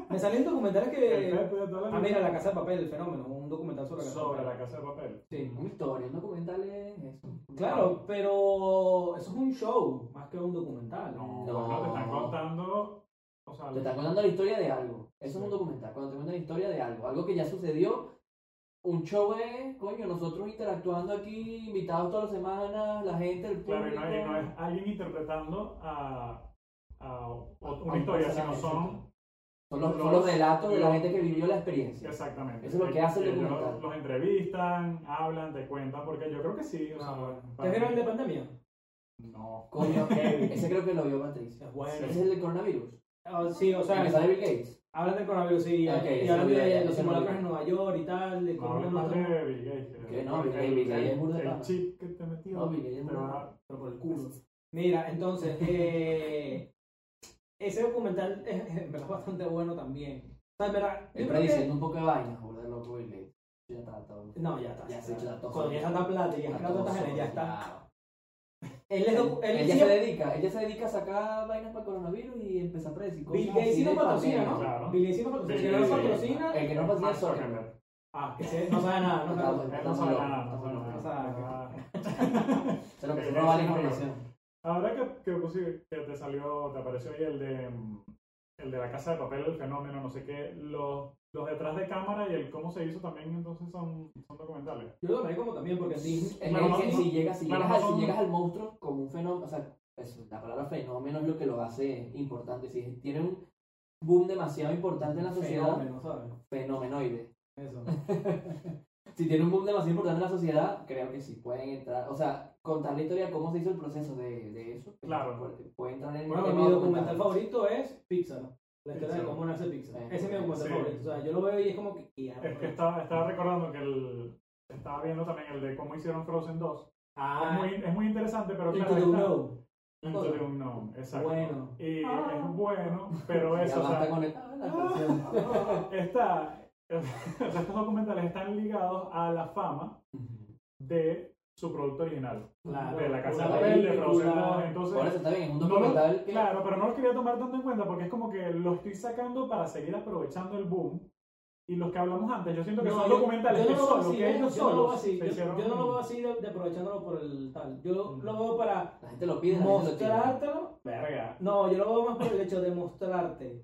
[SPEAKER 2] Me salen documentales
[SPEAKER 3] El
[SPEAKER 2] que...
[SPEAKER 3] Pepe de toda la
[SPEAKER 2] Ah,
[SPEAKER 3] vida.
[SPEAKER 2] mira, La Casa de Papel, el fenómeno, un documental sobre la Casa de
[SPEAKER 3] Sobre
[SPEAKER 2] Papel.
[SPEAKER 3] la casa de papel.
[SPEAKER 2] Sí.
[SPEAKER 1] Una historia, un documental es eso.
[SPEAKER 2] Claro, pero eso es un show, más que un documental.
[SPEAKER 3] No,
[SPEAKER 1] No.
[SPEAKER 3] bueno, te están contando. O sea,
[SPEAKER 1] Te está contando la historia de algo. Eso
[SPEAKER 3] Sí.
[SPEAKER 1] es un documental. Cuando te cuentan la historia de algo, algo que ya sucedió. Un show es, coño, nosotros interactuando aquí, invitados todas las semanas, la gente, el público.
[SPEAKER 3] Claro, y no, y no es alguien interpretando a, a o- una
[SPEAKER 1] un
[SPEAKER 3] historia, sino
[SPEAKER 1] personaje,
[SPEAKER 3] son.
[SPEAKER 1] Son los, son
[SPEAKER 3] los-
[SPEAKER 1] los relatos de la
[SPEAKER 3] los-
[SPEAKER 1] gente que vivió la experiencia.
[SPEAKER 3] Exactamente.
[SPEAKER 1] Eso es lo que hace el
[SPEAKER 3] ellos
[SPEAKER 1] documental.
[SPEAKER 3] Los, los entrevistan, hablan, te cuentan, porque yo creo que sí. O sea, para
[SPEAKER 2] ¿Te vieron
[SPEAKER 3] mí-
[SPEAKER 2] el de pandemia?
[SPEAKER 3] No.
[SPEAKER 1] Coño, ese creo que lo vio Patricia.
[SPEAKER 2] Es
[SPEAKER 1] Ese
[SPEAKER 2] bueno.
[SPEAKER 1] es el del coronavirus.
[SPEAKER 2] Ah, Sí, o
[SPEAKER 1] el que
[SPEAKER 2] sea,
[SPEAKER 1] sale Bill Gates.
[SPEAKER 2] hablan del coronavirus sí, y,
[SPEAKER 1] Ok,
[SPEAKER 2] y
[SPEAKER 1] eso
[SPEAKER 2] hablan
[SPEAKER 1] lo vi
[SPEAKER 2] de
[SPEAKER 1] allá,
[SPEAKER 2] los
[SPEAKER 1] eso lo vi.
[SPEAKER 2] simulacros en Nueva York y tal, de
[SPEAKER 3] No
[SPEAKER 2] cómo
[SPEAKER 3] hables
[SPEAKER 2] nos
[SPEAKER 3] más de
[SPEAKER 2] matamos,
[SPEAKER 3] Bill Gates. creo.
[SPEAKER 1] Que no, Bill Gates,
[SPEAKER 3] El-
[SPEAKER 1] Bill Gates
[SPEAKER 3] el-
[SPEAKER 1] es burda de
[SPEAKER 3] El
[SPEAKER 1] pana.
[SPEAKER 3] chip que te metió.
[SPEAKER 1] No, Bill Gates es
[SPEAKER 3] te
[SPEAKER 1] burda.
[SPEAKER 3] va-
[SPEAKER 2] pero por el culo. Mira, entonces, eh, ese documental es, es en verdad bastante bueno también. O sea, en verdad, yo
[SPEAKER 1] Él
[SPEAKER 2] creo que-
[SPEAKER 1] prediciendo un poco de vainas, burda de loco Bill Gates. Ya está, todo.
[SPEAKER 2] No, ya está.
[SPEAKER 1] Ya se echa la tos.
[SPEAKER 2] Cuando ya está plata y ya
[SPEAKER 1] Ya
[SPEAKER 2] está
[SPEAKER 1] todo
[SPEAKER 2] plata,
[SPEAKER 1] solo,
[SPEAKER 2] ya está.
[SPEAKER 1] ya.
[SPEAKER 2] Él es docu- él
[SPEAKER 1] Ella
[SPEAKER 2] sí-
[SPEAKER 1] se dedica, ella se dedica a sacar vainas para coronavirus y empezar a predecir cosas.
[SPEAKER 2] Bill Gates sí
[SPEAKER 1] así
[SPEAKER 2] nos
[SPEAKER 1] de
[SPEAKER 2] patrocina,
[SPEAKER 1] pandemia.
[SPEAKER 3] Claro.
[SPEAKER 2] ¿no? Bill Gates sí nos patrocina.
[SPEAKER 3] Bill
[SPEAKER 2] Que no nos
[SPEAKER 3] Gates,
[SPEAKER 2] patrocina,
[SPEAKER 1] El que no patrocina
[SPEAKER 3] Mark
[SPEAKER 1] es Ah, Zuckerberg.
[SPEAKER 3] Zuckerberg.
[SPEAKER 2] Ah, que se, no sabe nada, no sabe nada.
[SPEAKER 3] Él
[SPEAKER 1] Está
[SPEAKER 3] no sabe
[SPEAKER 1] loco,
[SPEAKER 3] nada, no
[SPEAKER 1] está
[SPEAKER 3] sabe
[SPEAKER 1] loco.
[SPEAKER 3] nada.
[SPEAKER 2] No sabe.
[SPEAKER 3] Ah.
[SPEAKER 1] Se lo que se
[SPEAKER 3] Bill
[SPEAKER 1] roba la
[SPEAKER 3] Gates,
[SPEAKER 1] información.
[SPEAKER 3] Ahora que, que, pusi- que te salió, te apareció ahí el de, mm, el de la casa de papel, el fenómeno, no sé qué, los, los detrás de cámara y el cómo se hizo también, entonces son, son documentales.
[SPEAKER 2] Yo lo tomaré como también, porque en Disney.
[SPEAKER 1] Es
[SPEAKER 3] Claro,
[SPEAKER 1] que
[SPEAKER 3] no-
[SPEAKER 1] si llegas, si
[SPEAKER 3] claro,
[SPEAKER 1] llegas,
[SPEAKER 3] no
[SPEAKER 1] al,
[SPEAKER 3] son-
[SPEAKER 1] si llegas al monstruo como un fenómeno, o sea, eso, la palabra fenómeno es lo que lo hace importante. Si tiene un boom demasiado importante en la sociedad,
[SPEAKER 2] Fenómeno, ¿sabes?
[SPEAKER 1] fenomenoide.
[SPEAKER 2] Eso.
[SPEAKER 1] Si tiene un boom demasiado importante en la sociedad, creo que sí pueden entrar. O sea, contar la historia de cómo se hizo el proceso de, de eso.
[SPEAKER 3] Claro.
[SPEAKER 1] Puede, puede entrar en
[SPEAKER 2] Bueno,
[SPEAKER 1] en
[SPEAKER 2] mi
[SPEAKER 1] los
[SPEAKER 2] documental
[SPEAKER 1] documentales.
[SPEAKER 2] favorito es Pixar. La historia de
[SPEAKER 3] Pixar.
[SPEAKER 2] cómo nace Pixar.
[SPEAKER 1] Sí.
[SPEAKER 2] Ese es mi documental
[SPEAKER 3] Sí.
[SPEAKER 2] favorito. O sea, yo lo veo y es como que. ya,
[SPEAKER 3] Es que
[SPEAKER 2] bueno.
[SPEAKER 3] estaba, estaba recordando que el, estaba viendo también el de cómo hicieron Frozen 2. es,
[SPEAKER 2] Ah,
[SPEAKER 3] muy, es muy interesante, pero
[SPEAKER 2] Into
[SPEAKER 3] claro,
[SPEAKER 2] the
[SPEAKER 3] está-
[SPEAKER 2] Blow.
[SPEAKER 3] Until Dawn no, exacto.
[SPEAKER 2] Bueno.
[SPEAKER 3] Y
[SPEAKER 2] Ah.
[SPEAKER 3] es bueno, pero
[SPEAKER 1] Ya
[SPEAKER 3] eso, o
[SPEAKER 1] basta
[SPEAKER 3] sea,
[SPEAKER 1] con el- ah, la canción.
[SPEAKER 3] está, o sea, estos documentales están ligados a la fama de su producto original,
[SPEAKER 2] Claro.
[SPEAKER 3] de la Casa
[SPEAKER 2] Una
[SPEAKER 3] de Papel, de
[SPEAKER 2] película.
[SPEAKER 3] Frozen dos,
[SPEAKER 1] Por
[SPEAKER 3] entonces...
[SPEAKER 1] eso está bien, es un
[SPEAKER 3] no lo-
[SPEAKER 1] documental que...
[SPEAKER 3] claro, pero no lo quería tomar tanto en cuenta porque es como que lo estoy sacando para seguir aprovechando el boom. Y los que hablamos antes, yo siento que
[SPEAKER 2] No,
[SPEAKER 3] son
[SPEAKER 2] yo-
[SPEAKER 3] documentales
[SPEAKER 2] yo
[SPEAKER 3] que
[SPEAKER 2] no lo veo
[SPEAKER 3] solo,
[SPEAKER 2] así,
[SPEAKER 3] que
[SPEAKER 2] yo-
[SPEAKER 3] ellos
[SPEAKER 2] yo no lo veo
[SPEAKER 3] solos
[SPEAKER 2] así, yo-
[SPEAKER 3] se hicieron-
[SPEAKER 2] Yo no lo veo así de, de aprovechándolo por el tal. Yo lo,
[SPEAKER 3] Mm.
[SPEAKER 2] lo veo para
[SPEAKER 1] La gente lo pide, la gente lo tiene.
[SPEAKER 2] mostrártelo.
[SPEAKER 3] Verga.
[SPEAKER 2] No, yo lo veo más por el hecho de mostrarte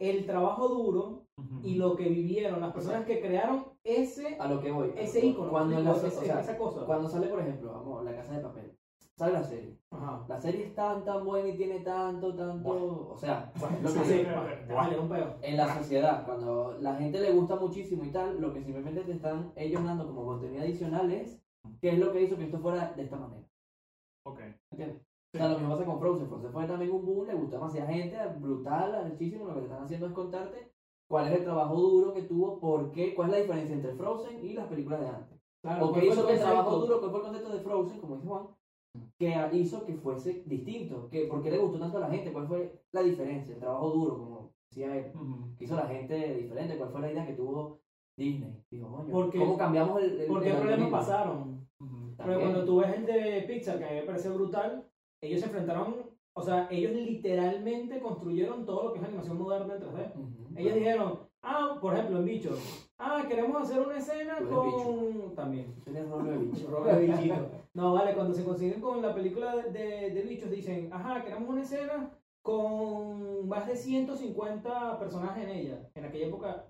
[SPEAKER 2] el trabajo duro y lo que vivieron las personas que crearon ese,
[SPEAKER 1] A lo que voy.
[SPEAKER 2] ese ícono.
[SPEAKER 1] Cuando, en la-
[SPEAKER 2] esa,
[SPEAKER 1] o sea,
[SPEAKER 2] esa cosa.
[SPEAKER 1] cuando sale, por ejemplo, vamos, La Casa de Papel, sale la serie.
[SPEAKER 2] Ajá.
[SPEAKER 1] La serie es tan, tan buena y tiene tanto, tanto... O sea, lo que
[SPEAKER 2] Sí,
[SPEAKER 1] sí,
[SPEAKER 2] sí, vale, un peo.
[SPEAKER 1] en la sociedad, cuando la gente le gusta muchísimo y tal, lo que simplemente te están ellos dando como contenido adicional es qué es lo que hizo que esto fuera de esta manera.
[SPEAKER 3] Ok.
[SPEAKER 1] ¿Entiendes?
[SPEAKER 3] Sí.
[SPEAKER 1] O sea, lo mismo pasa con Frozen. Frozen fue también un boom, le gustó demasiada gente, brutal, muchísimo. Lo que te están haciendo es contarte cuál es el trabajo duro que tuvo, por qué, cuál es la diferencia entre Frozen y las películas de antes.
[SPEAKER 2] Claro,
[SPEAKER 1] O
[SPEAKER 2] ¿cuál
[SPEAKER 1] qué
[SPEAKER 2] fue
[SPEAKER 1] hizo
[SPEAKER 2] el
[SPEAKER 1] que el trabajo
[SPEAKER 2] concepto?
[SPEAKER 1] duro, cuál fue el concepto de Frozen, como dice Juan, que a- hizo que fuese distinto, que por qué le gustó tanto a la gente, cuál fue la diferencia, el trabajo duro, como decía él,
[SPEAKER 3] Ujú.
[SPEAKER 1] que hizo la gente diferente, cuál fue la idea que tuvo Disney. Digo, coño,
[SPEAKER 2] ¿Por qué?
[SPEAKER 1] ¿cómo cambiamos el, el
[SPEAKER 2] Porque
[SPEAKER 1] el
[SPEAKER 2] problemas
[SPEAKER 1] algoritmo? Mm,
[SPEAKER 2] pasaron.
[SPEAKER 3] Ujú.
[SPEAKER 2] Pero
[SPEAKER 1] También.
[SPEAKER 2] cuando tú ves el de Pixar, que a mí me pareció brutal, ellos se enfrentaron, o sea, ellos literalmente construyeron todo lo que es animación moderna en 3D.
[SPEAKER 1] Ujú.
[SPEAKER 2] Ellos dijeron, ah, por ejemplo, en Bicho, ah, queremos hacer una escena
[SPEAKER 1] Tú eres
[SPEAKER 2] con... También.
[SPEAKER 1] Tienes rollo de bicho.
[SPEAKER 2] Robo de bichito. No, vale, cuando se consiguen con la película de, de- de bichos, dicen, ajá, queremos una escena con más de 150 personajes en ella. En aquella época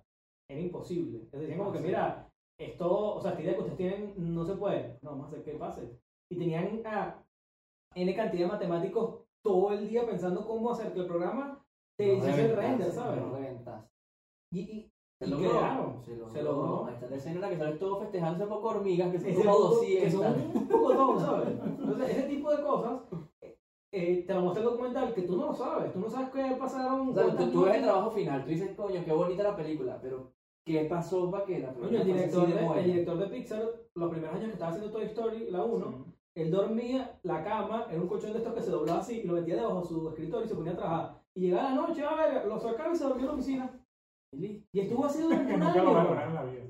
[SPEAKER 2] era imposible. Entonces decían como
[SPEAKER 1] Ah,
[SPEAKER 2] que,
[SPEAKER 1] sí.
[SPEAKER 2] mira, esto, o sea, esta idea que ustedes tienen no se puede. No, vamos a hacer que pase. Y tenían a N cantidad de matemáticos todo el día pensando cómo hacer que el programa te
[SPEAKER 1] Lo
[SPEAKER 2] hiciese el
[SPEAKER 1] reventaste,
[SPEAKER 2] render, ¿sabes?
[SPEAKER 1] lo reventaste.
[SPEAKER 2] Y, y-
[SPEAKER 1] Se
[SPEAKER 2] y
[SPEAKER 1] logró.
[SPEAKER 2] crearon.
[SPEAKER 1] Se logró.
[SPEAKER 2] Se logró.
[SPEAKER 1] Ahí está la escena en la que sales todo festejando ese poco hormigas que son
[SPEAKER 2] Ese
[SPEAKER 1] como
[SPEAKER 2] poco- que
[SPEAKER 1] 200.
[SPEAKER 2] son un poco todo, ¿sabes? Entonces, ese tipo de cosas eh, te lo muestra el documental que tú no lo sabes. Tú no sabes qué pasaron.
[SPEAKER 1] O sea, tú,
[SPEAKER 2] cuántas
[SPEAKER 1] tú ves el
[SPEAKER 2] noches.
[SPEAKER 1] trabajo final, tú dices, coño, qué bonita la película, pero ¿qué pasó para que la
[SPEAKER 2] Coño,
[SPEAKER 1] película
[SPEAKER 2] el
[SPEAKER 1] fuese
[SPEAKER 2] director,
[SPEAKER 1] así de
[SPEAKER 2] de,
[SPEAKER 1] buena?
[SPEAKER 2] el director de Pixar, los primeros años que estaba haciendo Toy Story, la 1, él dormía la cama en un colchón de estos que se doblaba así y lo metía debajo de su escritorio y se ponía a trabajar. Y llegaba la noche, a ver, lo sacaba y se dormía en la oficina.
[SPEAKER 1] Y listo.
[SPEAKER 2] Y estuvo así durante
[SPEAKER 3] Que
[SPEAKER 2] un
[SPEAKER 3] nunca lo van a lograr
[SPEAKER 2] año.
[SPEAKER 3] en la vida.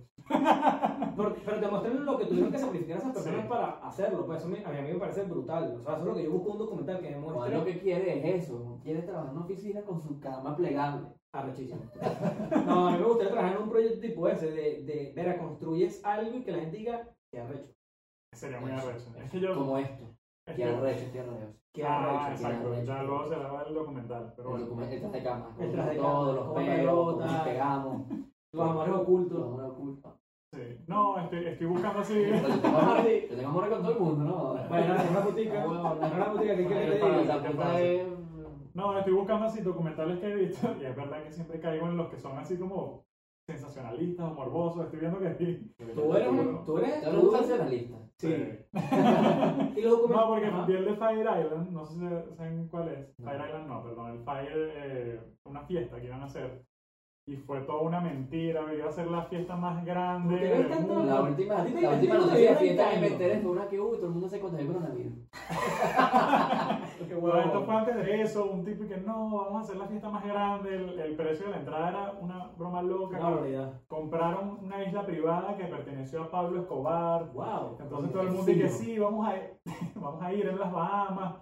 [SPEAKER 2] Por- pero te muestran lo que tuvieron que sacrificar esas personas
[SPEAKER 3] Sí.
[SPEAKER 2] para hacerlo. Pues eso me- a mí, a mí me parece brutal. O sea, eso es lo que yo busco en un documental que me
[SPEAKER 1] Juan
[SPEAKER 2] muestre.
[SPEAKER 1] lo que quiere es eso, quiere trabajar en una oficina con su cama plegable.
[SPEAKER 2] Ah, Arrechísimo. pues, No, a mí me gustaría trabajar en un proyecto tipo ese, de, de ver, a construyes algo y que la gente diga, qué arrecho,
[SPEAKER 3] Sería muy
[SPEAKER 1] Eso,
[SPEAKER 3] arrecho.
[SPEAKER 1] eso,
[SPEAKER 3] Es que yo.
[SPEAKER 1] Como esto,
[SPEAKER 3] es
[SPEAKER 1] que
[SPEAKER 3] que-
[SPEAKER 1] arrecho, que arrecho.
[SPEAKER 2] qué
[SPEAKER 3] Ah,
[SPEAKER 2] arrecho.
[SPEAKER 1] qué
[SPEAKER 3] exacto.
[SPEAKER 1] arrecho.
[SPEAKER 3] Ya luego se va el documental. Pero
[SPEAKER 1] El
[SPEAKER 3] bueno.
[SPEAKER 1] documento, el tras de cama,
[SPEAKER 2] El tras de
[SPEAKER 1] todos
[SPEAKER 2] cama,
[SPEAKER 1] los
[SPEAKER 2] cómo
[SPEAKER 1] pelos, cómo
[SPEAKER 2] pegota.
[SPEAKER 1] nos pegamos,
[SPEAKER 2] Los amores
[SPEAKER 1] todo
[SPEAKER 2] ocultos.
[SPEAKER 1] una culpa.
[SPEAKER 3] Sí. No, estoy, estoy buscando así.
[SPEAKER 1] Pero yo tengo
[SPEAKER 3] Ah,
[SPEAKER 1] amor- yo tengo amor con todo el mundo, ¿no?
[SPEAKER 2] Bueno, es una
[SPEAKER 1] Ah,
[SPEAKER 2] putica.
[SPEAKER 1] bueno,
[SPEAKER 2] Es una putica que
[SPEAKER 1] Ay,
[SPEAKER 2] quiere
[SPEAKER 1] eh, la
[SPEAKER 2] que
[SPEAKER 3] para
[SPEAKER 2] te
[SPEAKER 3] la-
[SPEAKER 2] diga.
[SPEAKER 1] puta
[SPEAKER 3] pasa?
[SPEAKER 1] es-
[SPEAKER 3] No, estoy buscando así documentales que he visto. Y es verdad que siempre caigo en los que son así como sensacionalistas o morbosos. Estoy viendo que sí.
[SPEAKER 2] Tú eres, un- tú eres,
[SPEAKER 1] Yo no
[SPEAKER 2] tú
[SPEAKER 1] uso
[SPEAKER 2] eres.
[SPEAKER 1] sensacionalista.
[SPEAKER 2] Sí.
[SPEAKER 3] Sí.
[SPEAKER 2] Y los documentales.
[SPEAKER 3] No, porque
[SPEAKER 2] Ajá.
[SPEAKER 3] vi el de Fire Island, no sé si saben cuál es.
[SPEAKER 1] No.
[SPEAKER 3] Fire Island no, perdón, el Fire, eh, una fiesta que iban a hacer. Y fue toda una mentira, iba a ser la fiesta más grande.
[SPEAKER 2] ¿Por qué ves
[SPEAKER 3] del
[SPEAKER 2] tanto
[SPEAKER 3] mundo.
[SPEAKER 1] La última,
[SPEAKER 2] A ti te
[SPEAKER 1] la última
[SPEAKER 2] inventaron
[SPEAKER 1] noticia de
[SPEAKER 2] de
[SPEAKER 1] fiesta que me
[SPEAKER 2] engaño.
[SPEAKER 1] enteré fue una que hubo y todo el mundo se contagió con coronavirus.
[SPEAKER 2] Qué
[SPEAKER 3] Pero
[SPEAKER 2] huevo.
[SPEAKER 3] esto fue antes de eso, un tipo que no, vamos a hacer la fiesta más grande, el, el precio de la entrada era una broma loca.
[SPEAKER 2] Una barbaridad.
[SPEAKER 3] Compraron una isla privada que perteneció a Pablo Escobar.
[SPEAKER 2] Wow.
[SPEAKER 3] Entonces todo el mundo dice, sí, vamos a, vamos a ir en las Bahamas.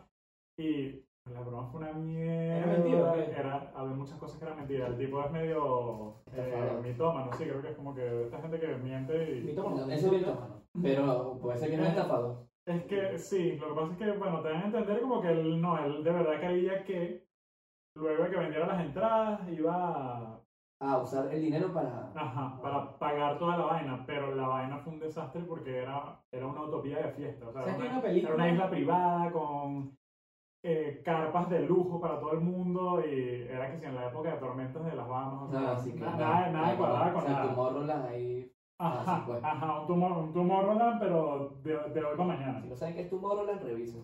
[SPEAKER 3] Y la broma fue una mierda.
[SPEAKER 2] Era mentira, ¿o qué?
[SPEAKER 3] Era- había muchas cosas que eran mentiras. El tipo es medio eh,
[SPEAKER 1] Estafador.
[SPEAKER 3] mitómano, sí, creo que es como que esta gente que miente y...
[SPEAKER 1] No, Eso es mitómano. Pero puede ser que no es estafado.
[SPEAKER 3] Es que sí, lo que pasa es que, bueno, te dan a entender como que él no, él de verdad creía que luego de que vendiera las entradas iba a-
[SPEAKER 1] Ah, usar el dinero para.
[SPEAKER 3] ajá, para pagar toda la vaina, pero la vaina fue un desastre porque era, era una utopía de fiesta. O sea,
[SPEAKER 2] ¿Sabes
[SPEAKER 3] era
[SPEAKER 2] que hay
[SPEAKER 3] una,
[SPEAKER 2] una película?
[SPEAKER 3] era una isla privada con eh, carpas de lujo para todo el mundo y era que si en la época de tormentas de las Bahamas, o sea,
[SPEAKER 1] Ah, sí,
[SPEAKER 3] na-
[SPEAKER 1] claro.
[SPEAKER 3] nada, nada de cuadrada
[SPEAKER 1] O
[SPEAKER 3] con
[SPEAKER 1] sea,
[SPEAKER 3] nada.
[SPEAKER 1] Tomorrowland ahí. Ah, sí,
[SPEAKER 3] Ajá,
[SPEAKER 1] pues.
[SPEAKER 3] ajá, un tumor, un Tomorrowland, pero de, de hoy para mañana.
[SPEAKER 1] Si no saben que es Tomorrowland, revisas.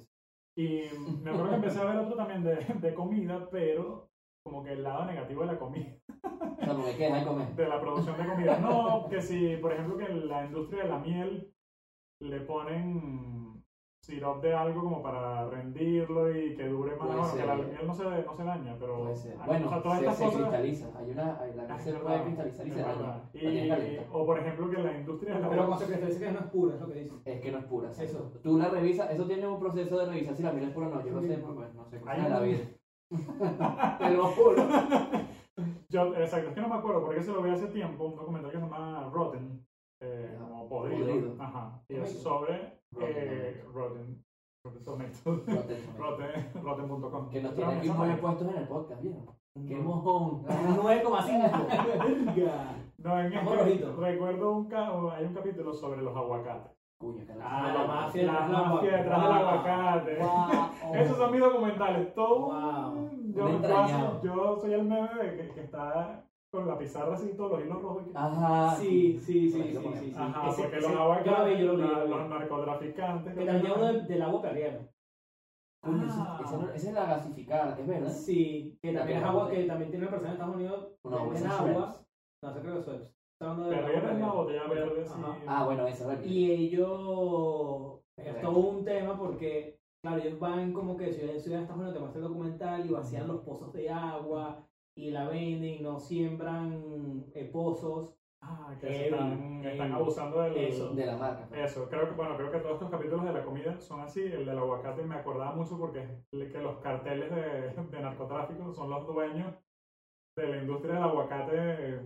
[SPEAKER 3] Y me acuerdo que empecé a ver otro también de, de comida, pero como que el lado negativo de la comida,
[SPEAKER 1] O sea, porque qué, hay comer.
[SPEAKER 3] de la producción de comida. No, que si, por ejemplo, que en la industria de la miel le ponen sirop de algo como para rendirlo y que dure más.
[SPEAKER 1] Puede
[SPEAKER 3] Bueno, que la
[SPEAKER 1] ser.
[SPEAKER 3] miel no se, no se daña, pero.
[SPEAKER 1] Puede ser.
[SPEAKER 3] ah,
[SPEAKER 1] Bueno,
[SPEAKER 3] o sea, todas
[SPEAKER 1] se,
[SPEAKER 3] estas
[SPEAKER 1] se
[SPEAKER 3] cosas.
[SPEAKER 1] cristaliza. Hay una, hay- la
[SPEAKER 3] Ah,
[SPEAKER 1] que se
[SPEAKER 3] es
[SPEAKER 1] puede
[SPEAKER 3] verdad,
[SPEAKER 1] cristalizar y
[SPEAKER 3] es
[SPEAKER 1] se daña.
[SPEAKER 3] verdad.
[SPEAKER 1] La tienes
[SPEAKER 3] Y,
[SPEAKER 1] calenta.
[SPEAKER 3] o por ejemplo que la industria de la
[SPEAKER 2] Pero con que no es pura, es lo que dicen.
[SPEAKER 1] Es que no es pura. sí.
[SPEAKER 2] Eso.
[SPEAKER 1] Tú la revisas, eso tiene un proceso de revisar si la miel es pura o no. Yo no
[SPEAKER 2] Sí.
[SPEAKER 1] sé, pues no sé cómo
[SPEAKER 3] Hay
[SPEAKER 1] es la
[SPEAKER 3] un-
[SPEAKER 1] vida. Te lo juro.
[SPEAKER 3] Yo, exacto, es que no me acuerdo porque se lo vi hace tiempo, un documental que se llama Rotten, eh,
[SPEAKER 1] Ajá.
[SPEAKER 3] como podrido,
[SPEAKER 1] Podrido.
[SPEAKER 3] ajá, y
[SPEAKER 2] Tomato.
[SPEAKER 3] es sobre
[SPEAKER 1] Rotten
[SPEAKER 3] eh, Rotten, Rotten Tomatoes,
[SPEAKER 1] Lo tengo.
[SPEAKER 3] Rotten, Rotten.com.
[SPEAKER 1] Que nos
[SPEAKER 3] Pero
[SPEAKER 1] tiene aquí
[SPEAKER 3] esa
[SPEAKER 1] muy
[SPEAKER 3] vaina.
[SPEAKER 1] puestos en el podcast, ¿vieron? ¡Qué
[SPEAKER 3] No.
[SPEAKER 1] mojón!
[SPEAKER 3] Ah,
[SPEAKER 2] 9,5. Verga.
[SPEAKER 3] No, en
[SPEAKER 2] Vamos,
[SPEAKER 3] este-
[SPEAKER 2] Rojito.
[SPEAKER 3] recuerdo un ca- oh, hay un capítulo sobre los aguacates.
[SPEAKER 1] Cuño, carajo.
[SPEAKER 2] Ah, la mafia
[SPEAKER 3] La
[SPEAKER 2] detrás del
[SPEAKER 3] mafia
[SPEAKER 2] aguacate.
[SPEAKER 3] detrás del aguacate.
[SPEAKER 2] Wow.
[SPEAKER 3] Esos son mis documentales, todo.
[SPEAKER 2] Wow.
[SPEAKER 3] Yo,
[SPEAKER 1] Un entrañado.
[SPEAKER 3] yo- yo soy el meme de que, que está con la pizarra así, todos los hilos rojos. y que-
[SPEAKER 1] oh. Ajá.
[SPEAKER 2] Sí, sí,
[SPEAKER 1] Por
[SPEAKER 2] sí,
[SPEAKER 1] ahí
[SPEAKER 2] sí,
[SPEAKER 1] lo
[SPEAKER 2] Ah, sí,
[SPEAKER 1] ponemos.
[SPEAKER 2] sí.
[SPEAKER 3] Ajá,
[SPEAKER 2] Ese-
[SPEAKER 3] porque
[SPEAKER 2] ese- Yo
[SPEAKER 3] los
[SPEAKER 2] lo vi,
[SPEAKER 3] aguacates,
[SPEAKER 2] yo lo vi, yo
[SPEAKER 3] la-
[SPEAKER 2] lo vi.
[SPEAKER 3] los narcotraficantes.
[SPEAKER 2] Que también uno del, del agua perriera.
[SPEAKER 1] Coño,
[SPEAKER 3] Ah.
[SPEAKER 1] esa, esa no- esa es la gasificada, es verdad.
[SPEAKER 2] Sí, que
[SPEAKER 1] La
[SPEAKER 2] también es
[SPEAKER 1] que
[SPEAKER 2] agua
[SPEAKER 1] la-
[SPEAKER 2] que también tiene una persona en Estados Unidos.
[SPEAKER 1] Una
[SPEAKER 2] venden
[SPEAKER 1] bolsa de
[SPEAKER 2] agua.
[SPEAKER 1] Schweppes.
[SPEAKER 2] No sé creo que Schweppes. Está hablando de
[SPEAKER 3] Perrier es la botella verde, sí.
[SPEAKER 2] Ajá.
[SPEAKER 1] Ah, bueno, esa es la que.
[SPEAKER 2] Y ellos. Es
[SPEAKER 1] Correcto.
[SPEAKER 2] todo un tema porque, claro, ellos van como que ciudad en ciudad de Estados Unidos, te muestran el documental y vacían los pozos de agua y la venden y no siembran eh, pozos.
[SPEAKER 3] Ah, que se
[SPEAKER 2] Heavy,
[SPEAKER 3] están, están
[SPEAKER 2] heavy.
[SPEAKER 3] abusando del...
[SPEAKER 2] Eso.
[SPEAKER 1] De la marca. pues.
[SPEAKER 3] Eso, creo que, bueno, creo que todos estos capítulos de la comida son así. El del aguacate me acordaba mucho porque es que los carteles de, de narcotráfico son los dueños de la industria del aguacate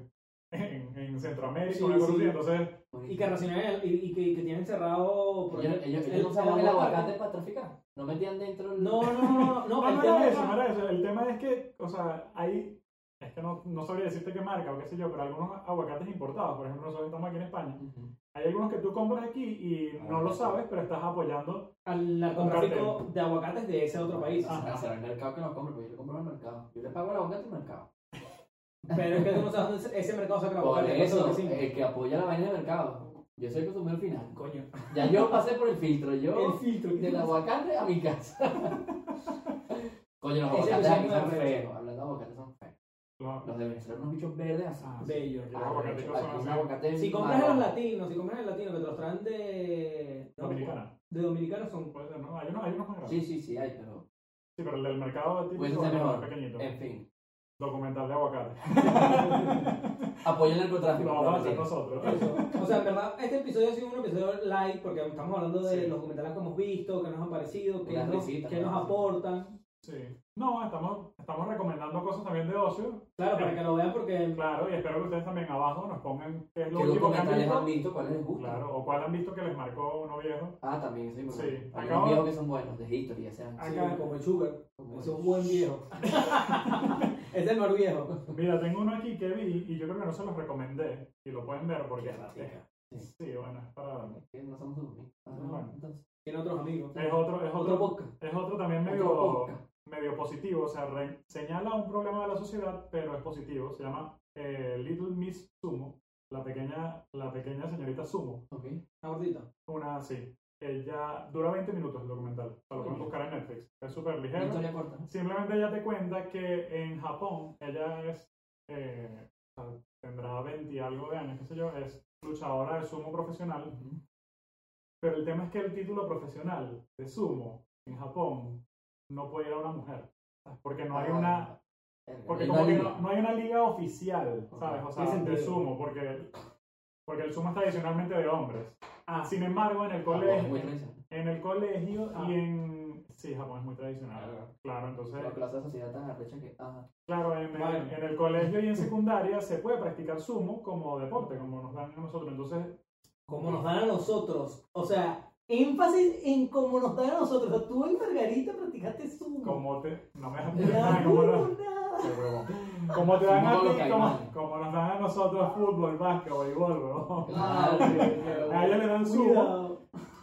[SPEAKER 3] en, en Centroamérica.
[SPEAKER 2] Sí,
[SPEAKER 3] una cosa así.
[SPEAKER 2] sí.
[SPEAKER 3] Entonces,
[SPEAKER 1] pues.
[SPEAKER 2] Y que racionan y, y que, y que tienen cerrado. por
[SPEAKER 1] Ellos,
[SPEAKER 2] ejemplo,
[SPEAKER 1] ellos, ellos no usaban el aguacate para traficar. No metían dentro el.
[SPEAKER 2] No, no, no, no,
[SPEAKER 3] no,
[SPEAKER 2] no.
[SPEAKER 3] no,
[SPEAKER 2] el tema
[SPEAKER 3] era
[SPEAKER 2] es-
[SPEAKER 3] eso, no era eso. El tema es que, o sea, hay... Es que no, no sabría decirte qué marca o qué sé yo, pero algunos aguacates importados, por ejemplo, nosotros estamos aquí en España.
[SPEAKER 1] Ujú.
[SPEAKER 3] Hay algunos que tú compras aquí y no lo sabes, pero estás apoyando.
[SPEAKER 2] al narcotráfico de aguacates de ese otro país.
[SPEAKER 3] Ah. Ajá.
[SPEAKER 1] Será el mercado que nos compra, porque yo le compro al mercado. Yo le pago el aguacate al mercado.
[SPEAKER 2] Pero es que tú no sabes dónde ese mercado saca
[SPEAKER 1] Por
[SPEAKER 2] aguacate.
[SPEAKER 1] eso, eh,
[SPEAKER 2] sí.
[SPEAKER 1] el que apoya la vaina del mercado. Yo soy el consumidor final.
[SPEAKER 2] Coño.
[SPEAKER 1] Ya yo pasé por el filtro.
[SPEAKER 2] El
[SPEAKER 1] Yo
[SPEAKER 2] filtro. ¿qué
[SPEAKER 1] del
[SPEAKER 2] pasa?
[SPEAKER 1] aguacate a mi casa. Coño, los aguacates
[SPEAKER 2] Ese es el
[SPEAKER 1] aquí son
[SPEAKER 2] problema.
[SPEAKER 1] feos. Hablando de aguacates son feos.
[SPEAKER 3] Los-
[SPEAKER 1] Los de Venezuela unos bichos verdes así.
[SPEAKER 3] ah,
[SPEAKER 2] Bello.
[SPEAKER 3] Los aguacates
[SPEAKER 1] Aquí
[SPEAKER 3] son
[SPEAKER 1] un
[SPEAKER 3] así.
[SPEAKER 1] aguacate
[SPEAKER 2] Si compras a los
[SPEAKER 1] marrón.
[SPEAKER 2] latinos, si compras el latino que te los traen de. no,
[SPEAKER 3] Dominicana.
[SPEAKER 2] De dominicanos son.
[SPEAKER 3] Puede ser, ¿no? Hay unos, hay unos más
[SPEAKER 1] Sí,
[SPEAKER 3] grandes.
[SPEAKER 1] sí, sí, hay, pero.
[SPEAKER 3] Sí, pero el del mercado
[SPEAKER 1] Puede
[SPEAKER 3] típico
[SPEAKER 1] ser
[SPEAKER 3] es
[SPEAKER 1] mejor.
[SPEAKER 3] pequeñito.
[SPEAKER 1] En fin.
[SPEAKER 3] Documental de aguacate.
[SPEAKER 1] Apoya el narcotráfico.
[SPEAKER 3] Lo vamos a
[SPEAKER 1] no,
[SPEAKER 3] hacer
[SPEAKER 1] sí.
[SPEAKER 3] nosotros.
[SPEAKER 2] Eso. O sea, en verdad, este episodio ha sido un episodio light porque estamos hablando de
[SPEAKER 3] Sí.
[SPEAKER 2] los documentales que hemos visto, que nos han parecido, que
[SPEAKER 1] Unas
[SPEAKER 2] nos,
[SPEAKER 1] risitas,
[SPEAKER 2] que
[SPEAKER 1] ¿no?
[SPEAKER 2] nos aportan.
[SPEAKER 3] Sí. No, estamos, estamos recomendando cosas también de ocio.
[SPEAKER 2] Claro, para que lo vean porque.
[SPEAKER 3] Claro, y espero que ustedes también abajo nos pongan qué es lo
[SPEAKER 1] ¿Qué
[SPEAKER 3] último que han
[SPEAKER 1] documentales han
[SPEAKER 3] visto.
[SPEAKER 1] visto? ¿Cuáles les gustan?
[SPEAKER 3] Claro, o cuál han visto que les marcó uno viejo.
[SPEAKER 1] Ah, también, sí,
[SPEAKER 3] Sí,
[SPEAKER 1] porque hay
[SPEAKER 3] acabo-
[SPEAKER 1] unos viejos que son buenos, de History, ya sean.
[SPEAKER 3] Ah,
[SPEAKER 2] sí,
[SPEAKER 3] Acá.
[SPEAKER 2] como el Sugar.
[SPEAKER 1] como-
[SPEAKER 2] Ese es un buen viejo. es el mejor viejo.
[SPEAKER 3] Mira, tengo uno aquí que vi y yo creo que no se los recomendé. Y lo pueden ver porque
[SPEAKER 1] Chica,
[SPEAKER 3] sí, bueno, es para.
[SPEAKER 1] que No somos dormidos. Ah,
[SPEAKER 3] Bueno.
[SPEAKER 1] entonces,
[SPEAKER 2] Tiene otros amigos.
[SPEAKER 3] Es otro, es
[SPEAKER 2] Otro
[SPEAKER 3] otro,
[SPEAKER 2] podcast.
[SPEAKER 3] es otro también
[SPEAKER 1] otro
[SPEAKER 3] medio.
[SPEAKER 1] podcast.
[SPEAKER 3] medio positivo, o sea, re- señala un problema de la sociedad, pero es positivo. Se llama eh, Little Miss Sumo, la pequeña, la pequeña señorita Sumo.
[SPEAKER 1] Ok.
[SPEAKER 2] Está gordito.
[SPEAKER 3] Una así. Ella dura 20 minutos el documental, o sea, lo pueden
[SPEAKER 1] Coño.
[SPEAKER 3] buscar en Netflix. Es súper
[SPEAKER 1] Una
[SPEAKER 3] ligero.
[SPEAKER 1] historia corta. ¿no?
[SPEAKER 3] Simplemente ella te cuenta que en Japón, ella es, eh, o sea, tendrá 20 y algo de años, qué sé yo, es luchadora de sumo profesional.
[SPEAKER 1] Ujú.
[SPEAKER 3] Pero el tema es que el título profesional de sumo en Japón no puede ir a una mujer. Porque no hay una,
[SPEAKER 1] Ah,
[SPEAKER 3] porque
[SPEAKER 1] hay
[SPEAKER 3] como
[SPEAKER 1] una
[SPEAKER 3] que
[SPEAKER 1] liga.
[SPEAKER 3] no, no hay una liga oficial,
[SPEAKER 1] Ok.
[SPEAKER 3] ¿sabes? O
[SPEAKER 2] Tiene
[SPEAKER 3] sea, de
[SPEAKER 2] sentido.
[SPEAKER 3] sumo, porque, porque el sumo es tradicionalmente de hombres.
[SPEAKER 2] Ah, sí.
[SPEAKER 3] Sin embargo, en el
[SPEAKER 1] Japón es muy
[SPEAKER 3] colegio,
[SPEAKER 1] tradicional.
[SPEAKER 3] en el colegio
[SPEAKER 2] Ah.
[SPEAKER 3] y en... Sí, Japón es muy tradicional,
[SPEAKER 1] Ah.
[SPEAKER 3] claro, entonces...
[SPEAKER 1] Lo que lo hace la sociedad tan arrecha que. ah, Ajá.
[SPEAKER 3] Claro, en el,
[SPEAKER 2] Bueno.
[SPEAKER 3] en el colegio y en secundaria se puede practicar sumo como deporte, como nos dan a nosotros. Entonces,
[SPEAKER 2] Como nos dan a nosotros. O sea, énfasis en cómo nos dan a nosotros. O sea, tú en Margarita practicaste sumo.
[SPEAKER 3] como te... No me dejas
[SPEAKER 2] La
[SPEAKER 3] terminar, como lo-
[SPEAKER 2] burra.
[SPEAKER 3] Qué huevón. Como te dan a
[SPEAKER 1] Sumo con
[SPEAKER 3] ti,
[SPEAKER 1] los
[SPEAKER 3] como,
[SPEAKER 1] caimanes.
[SPEAKER 3] como nos dan a nosotros fútbol, básquet, voleibol, huevón.
[SPEAKER 2] Ah,
[SPEAKER 1] Claro.
[SPEAKER 3] A ellos le dan sumo,
[SPEAKER 2] Cuidado.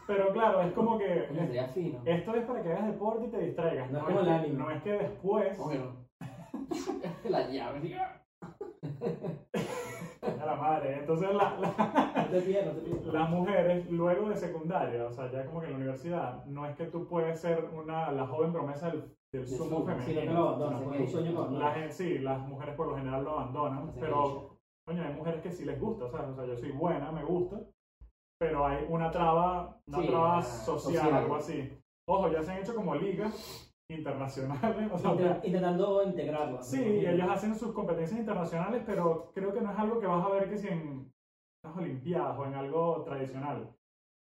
[SPEAKER 3] pero claro, es como que...
[SPEAKER 1] Coño, sería fino.
[SPEAKER 3] Esto es para que hagas deporte y te distraigas.
[SPEAKER 2] No
[SPEAKER 3] No,
[SPEAKER 2] es como
[SPEAKER 3] es,
[SPEAKER 2] el anime.
[SPEAKER 3] no es que después.
[SPEAKER 1] ¿Cómo que no? la llave. así, ah.
[SPEAKER 3] A la madre. Entonces, la- la-
[SPEAKER 2] No te pierdas, no te pierdas.
[SPEAKER 3] las mujeres, luego de secundaria, o sea, ya como que en la universidad, no es que tú puedes ser una, la joven promesa del, del
[SPEAKER 1] Del
[SPEAKER 3] sumo
[SPEAKER 1] sumo,
[SPEAKER 2] Si no te
[SPEAKER 3] femenino.
[SPEAKER 2] lo abandonas, porque es un sueño que
[SPEAKER 3] Las
[SPEAKER 2] abandonas.
[SPEAKER 3] gen- sí, las mujeres por lo general lo abandonan,
[SPEAKER 1] Hacen
[SPEAKER 3] pero
[SPEAKER 1] geisha.
[SPEAKER 3] coño, hay mujeres que sí les gusta, ¿sabes? O sea, yo soy buena, me gusta, pero hay una traba, una
[SPEAKER 1] Sí,
[SPEAKER 3] traba
[SPEAKER 1] ah,
[SPEAKER 3] social,
[SPEAKER 1] social.
[SPEAKER 3] algo así. Ojo, ya se han hecho como ligas internacionales, o sea,
[SPEAKER 2] Inter- intentando integrarlo.
[SPEAKER 3] Sí, y ellos hacen sus competencias internacionales, pero creo que no es algo que vas a ver que si en las Olimpiadas o en algo tradicional.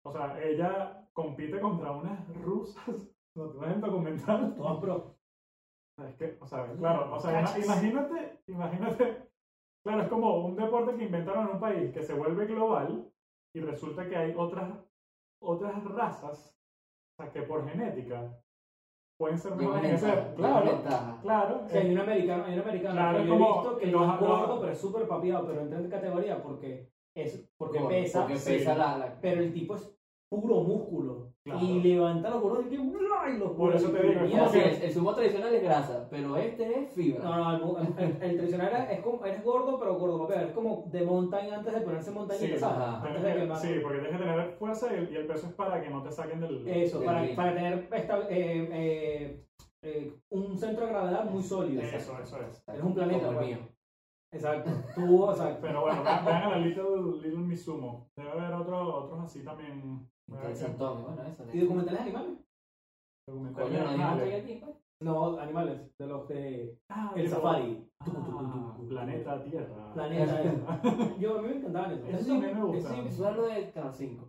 [SPEAKER 3] O sea, ella compite contra unas rusas, lo tuve en el documental.
[SPEAKER 2] Todas pro.
[SPEAKER 3] O sea, es que, o sea, claro, o sea, ima- imagínate, imagínate. Claro, es como un deporte que inventaron en un país que se vuelve global y resulta que hay otras, otras razas, o sea, que por genética pueden ser mejores
[SPEAKER 1] Llevan
[SPEAKER 3] en ese-
[SPEAKER 1] ventaja. llevan
[SPEAKER 3] Claro,
[SPEAKER 1] ventaja.
[SPEAKER 3] claro.
[SPEAKER 2] O sea, hay un americano, hay un americano
[SPEAKER 3] Eh. Claro,
[SPEAKER 2] que yo
[SPEAKER 3] como
[SPEAKER 2] he visto que
[SPEAKER 3] los-
[SPEAKER 2] es gordo,
[SPEAKER 3] los-
[SPEAKER 2] pero es súper papiado, pero entra en categoría porque, es, porque
[SPEAKER 1] Gordo,
[SPEAKER 2] pesa,
[SPEAKER 1] Porque
[SPEAKER 3] sí.
[SPEAKER 1] pesa la. la-
[SPEAKER 2] pero el tipo es puro músculo.
[SPEAKER 3] Claro.
[SPEAKER 2] Y levanta los gordos y que ¡guau! y los
[SPEAKER 3] Por eso te digo, es
[SPEAKER 1] Y
[SPEAKER 3] como
[SPEAKER 1] así
[SPEAKER 3] que-
[SPEAKER 1] es, el zumo tradicional es grasa, pero este es fibra.
[SPEAKER 2] No, no, el, el, el tradicional era- es como, eres gordo, pero gordo papiado. Es como de montaña antes de ponerse montañita,
[SPEAKER 3] Sí,
[SPEAKER 2] ¿sabes?
[SPEAKER 1] ajá.
[SPEAKER 2] Antes de que
[SPEAKER 3] Sí, porque tienes que tener fuerza y, y el peso es para que no te saquen del.
[SPEAKER 2] Eso,
[SPEAKER 1] Del
[SPEAKER 2] para,
[SPEAKER 1] ring.
[SPEAKER 2] para tener esta- eh, eh, eh, un centro de gravedad muy sólido.
[SPEAKER 3] eso, eso es.
[SPEAKER 1] Exacto,
[SPEAKER 2] es un planeta,
[SPEAKER 1] Como el
[SPEAKER 2] bueno.
[SPEAKER 1] mío.
[SPEAKER 2] Exacto. Tú, o sea,
[SPEAKER 3] Pero bueno, vean vean a la Little, Little Miss Sumo. Debe haber otro- otros así también.
[SPEAKER 1] Interesantón, bueno, eso.
[SPEAKER 2] ¿Y documentales animales?
[SPEAKER 3] documentales
[SPEAKER 1] Coño, no digas,
[SPEAKER 3] animales.
[SPEAKER 1] estoy aquí, pues.
[SPEAKER 2] No, animales, de los de
[SPEAKER 3] Ah,
[SPEAKER 2] El
[SPEAKER 3] tipo-
[SPEAKER 2] Safari.
[SPEAKER 3] Ah, planeta Tierra.
[SPEAKER 2] Planeta. eh. Yo a mí me encantaban esos.
[SPEAKER 3] Eso
[SPEAKER 2] Eso sí,
[SPEAKER 3] también me gusta.
[SPEAKER 2] eso sí,
[SPEAKER 1] Eso es lo de Canal 5.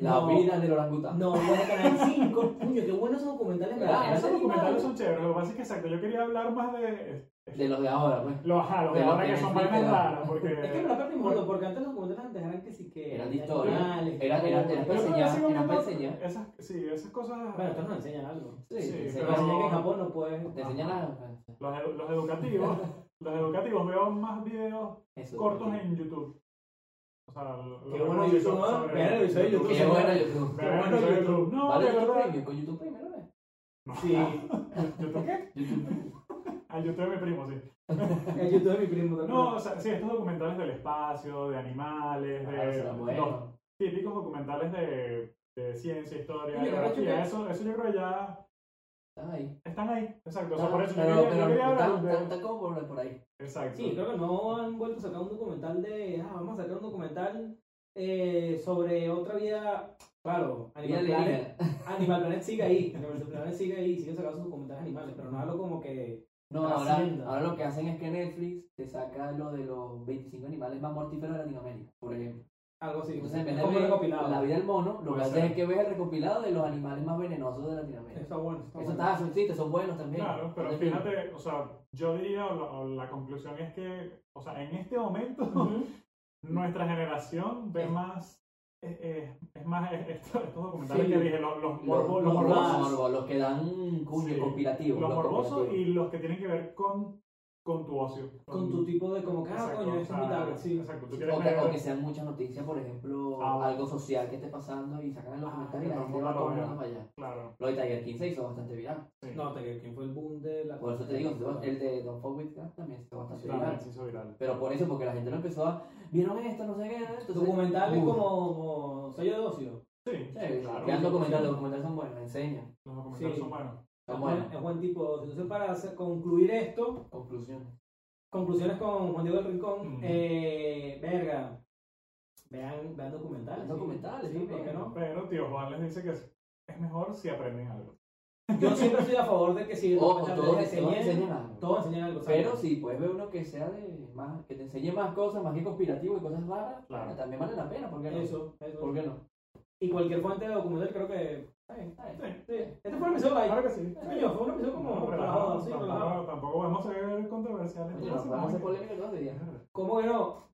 [SPEAKER 1] La
[SPEAKER 2] No.
[SPEAKER 1] vida del orangután.
[SPEAKER 2] No, bueno, Canal 5, coño, qué buenos esos documentales,
[SPEAKER 1] Ah,
[SPEAKER 2] ¿verdad?
[SPEAKER 3] Esos
[SPEAKER 1] ese
[SPEAKER 3] documentales
[SPEAKER 1] animal.
[SPEAKER 3] son chéveres. Lo que pasa es que, exacto, yo quería hablar más de. este,
[SPEAKER 1] De los de ahora, pues.
[SPEAKER 3] Los, ajá, los de
[SPEAKER 1] De los
[SPEAKER 3] ahora que
[SPEAKER 1] que
[SPEAKER 3] son
[SPEAKER 1] me
[SPEAKER 3] vainas
[SPEAKER 1] explican.
[SPEAKER 3] raras. Porque.
[SPEAKER 2] Es que me la perdí un mundo, porque antes los documentales antes eran que sí que.
[SPEAKER 1] Eran de historia.
[SPEAKER 2] animales,
[SPEAKER 1] Era- era-
[SPEAKER 2] todo.
[SPEAKER 1] era-
[SPEAKER 3] Yo creo que
[SPEAKER 1] enseñar,
[SPEAKER 3] ese
[SPEAKER 1] era para
[SPEAKER 3] momento-
[SPEAKER 1] enseñar.
[SPEAKER 3] Esas, sí, esas cosas.
[SPEAKER 2] Bueno, Ah, estos nos enseñan algo.
[SPEAKER 1] Sí,
[SPEAKER 3] Sí,
[SPEAKER 1] te
[SPEAKER 3] pero-
[SPEAKER 2] Nos
[SPEAKER 1] enseñan-
[SPEAKER 2] enseñan que en Japón no puedes.
[SPEAKER 1] te enseñan a-
[SPEAKER 3] Los, edu- los educativos. los educativos veo más videos
[SPEAKER 1] eso.
[SPEAKER 3] cortos en YouTube. O sea, lo- lo
[SPEAKER 2] Qué
[SPEAKER 3] veo
[SPEAKER 2] bueno
[SPEAKER 3] en
[SPEAKER 2] YouTube, ¿no?
[SPEAKER 3] sobre-
[SPEAKER 2] Vean el episodio de YouTube.
[SPEAKER 1] Qué bueno YouTube.
[SPEAKER 3] Vean el
[SPEAKER 2] bueno
[SPEAKER 3] episodio de
[SPEAKER 2] YouTube.
[SPEAKER 3] YouTube. No,
[SPEAKER 1] Vale,
[SPEAKER 3] de
[SPEAKER 1] YouTube
[SPEAKER 3] verdad.
[SPEAKER 1] Premium, con YouTube Premium, ¿no?
[SPEAKER 2] Sí,
[SPEAKER 3] ¿YouTube qué?
[SPEAKER 1] YouTube Premium.
[SPEAKER 3] Al YouTube de mi primo, sí.
[SPEAKER 2] el YouTube de mi primo también.
[SPEAKER 3] No, o sea, sí, estos documentales del espacio, de animales,
[SPEAKER 1] Ah,
[SPEAKER 3] de
[SPEAKER 1] será
[SPEAKER 3] los
[SPEAKER 1] bueno.
[SPEAKER 3] típicos documentales de, de ciencia, historia,
[SPEAKER 2] Oye,
[SPEAKER 3] geografía.
[SPEAKER 2] ¿verdad?
[SPEAKER 3] Eso, eso yo creo que ya
[SPEAKER 1] Están ahí.
[SPEAKER 3] están ahí. Exacto. O sea, por
[SPEAKER 1] Pero,
[SPEAKER 3] eso yo
[SPEAKER 1] pero,
[SPEAKER 3] quería, yo quería hablar
[SPEAKER 1] están,
[SPEAKER 3] de-
[SPEAKER 1] están, están como por, por ahí.
[SPEAKER 3] Exacto.
[SPEAKER 2] Sí, creo que no han vuelto a sacar un documental de. Ah, vamos a sacar un documental eh, sobre otra vida. Claro,
[SPEAKER 1] Vida
[SPEAKER 2] Animal Planet.
[SPEAKER 1] alienígena.
[SPEAKER 2] Animal Planet sigue ahí. Animal Planet sigue ahí, sigue sacando sus documentales animales, pero no hablo como que.
[SPEAKER 1] No, ahora,
[SPEAKER 2] Hacienda.
[SPEAKER 1] ahora lo que hacen es que Netflix te saca lo de los 25 animales más mortíferos de Latinoamérica, por ejemplo.
[SPEAKER 2] Algo así.
[SPEAKER 1] Entonces, en vez de
[SPEAKER 2] como
[SPEAKER 1] ver
[SPEAKER 2] recopilado.
[SPEAKER 1] la vida del mono, lo
[SPEAKER 3] Puede
[SPEAKER 1] que
[SPEAKER 3] ser.
[SPEAKER 1] haces es que ves el recopilado de los animales más venenosos de Latinoamérica.
[SPEAKER 2] Está bueno. Está
[SPEAKER 1] Eso
[SPEAKER 2] bueno.
[SPEAKER 1] está, son chistes, son buenos también.
[SPEAKER 3] Claro, pero
[SPEAKER 1] Entonces,
[SPEAKER 3] fíjate, o sea, yo diría, o la, o la conclusión es que, o sea, en este momento, nuestra generación ve
[SPEAKER 1] Es-
[SPEAKER 3] más, eh, eh, es más, eh, esto- estos documentales
[SPEAKER 1] Sí.
[SPEAKER 3] que dije, los, los,
[SPEAKER 1] Los,
[SPEAKER 3] morbo-
[SPEAKER 1] los
[SPEAKER 3] los morbosos,
[SPEAKER 1] morbos, los que dan cuño,
[SPEAKER 3] Sí.
[SPEAKER 1] conspirativos.
[SPEAKER 3] los morbosos
[SPEAKER 1] conspirativos.
[SPEAKER 3] y los que tienen que ver con, con tu ocio.
[SPEAKER 2] Con tu tipo de como que, ah,
[SPEAKER 3] Exacto,
[SPEAKER 2] coño,
[SPEAKER 3] o
[SPEAKER 2] esto es
[SPEAKER 3] sea,
[SPEAKER 2] mi tablet, sí.
[SPEAKER 3] Exacto, tú
[SPEAKER 1] O
[SPEAKER 3] quieres
[SPEAKER 1] que,
[SPEAKER 3] ver...
[SPEAKER 1] o que sean muchas noticias, por ejemplo,
[SPEAKER 3] Ah, bueno.
[SPEAKER 1] algo social que esté pasando y sacan en los
[SPEAKER 3] Ah,
[SPEAKER 1] comentarios y la
[SPEAKER 3] no,
[SPEAKER 1] gente
[SPEAKER 3] no
[SPEAKER 1] va
[SPEAKER 3] lo
[SPEAKER 1] como
[SPEAKER 3] veo.
[SPEAKER 1] no para allá.
[SPEAKER 3] Claro,
[SPEAKER 1] Lo de Tiger King se hizo bastante viral.
[SPEAKER 3] sí.
[SPEAKER 2] No, te ¿quién fue el boom de la.
[SPEAKER 1] Por eso te digo, el de Don Fuck With Cats también se hizo bastante
[SPEAKER 3] También
[SPEAKER 1] viral.
[SPEAKER 3] se hizo viral.
[SPEAKER 1] Pero por eso, porque la gente lo empezó a. ¿Vieron esto? No sé qué. Entonces,
[SPEAKER 2] Documentales
[SPEAKER 1] uh,
[SPEAKER 2] como, como sello de ocio.
[SPEAKER 3] Sí,
[SPEAKER 1] Sí,
[SPEAKER 3] claro.
[SPEAKER 1] vean documentales,
[SPEAKER 2] Sí.
[SPEAKER 1] los documentales son buenos, enseñan.
[SPEAKER 3] Los documentales
[SPEAKER 2] Sí.
[SPEAKER 3] son buenos.
[SPEAKER 1] Son
[SPEAKER 2] Bueno,
[SPEAKER 1] buenos.
[SPEAKER 2] es buen tipo de ocio. Entonces, para hacer- concluir esto,
[SPEAKER 1] Conclusión.
[SPEAKER 2] Conclusiones con Juan Diego del Rincón.
[SPEAKER 1] Mm.
[SPEAKER 3] Ujú.
[SPEAKER 2] Eh, verga. Vean, vean documentales.
[SPEAKER 1] Vean
[SPEAKER 2] sí.
[SPEAKER 1] documentales,
[SPEAKER 2] Sí,
[SPEAKER 1] sí,
[SPEAKER 2] ¿por qué no?
[SPEAKER 3] Pero tío Juan les dice que es, es mejor si aprenden algo.
[SPEAKER 2] Yo siempre estoy a favor de que si
[SPEAKER 1] Ojo,
[SPEAKER 2] documentales
[SPEAKER 1] todos todos
[SPEAKER 2] enseñen,
[SPEAKER 1] enseñan algo.
[SPEAKER 2] todos enseñen algo. ¿sabes?
[SPEAKER 1] Pero si puedes ver uno que sea de más, que te enseñe más cosas, más que conspirativo y cosas raras,
[SPEAKER 3] Claro.
[SPEAKER 1] también vale la pena, ¿por qué no?
[SPEAKER 2] Eso, eso.
[SPEAKER 1] ¿Por qué no?
[SPEAKER 2] Y cualquier fuente de documental creo que... está bien.
[SPEAKER 1] Está bien.
[SPEAKER 3] Sí,
[SPEAKER 2] Sí. Este fue un episodio light.
[SPEAKER 3] claro que sí.
[SPEAKER 2] Coño, fue un episodio como
[SPEAKER 3] No,
[SPEAKER 2] relajado,
[SPEAKER 3] relajado,
[SPEAKER 2] sí, relajado.
[SPEAKER 3] tampoco, tampoco vamos a ser controversiales.
[SPEAKER 1] Oye,
[SPEAKER 3] entonces,
[SPEAKER 1] vamos a hacer
[SPEAKER 3] ¿no?
[SPEAKER 1] polémica todos los días.
[SPEAKER 2] ¿Cómo que no?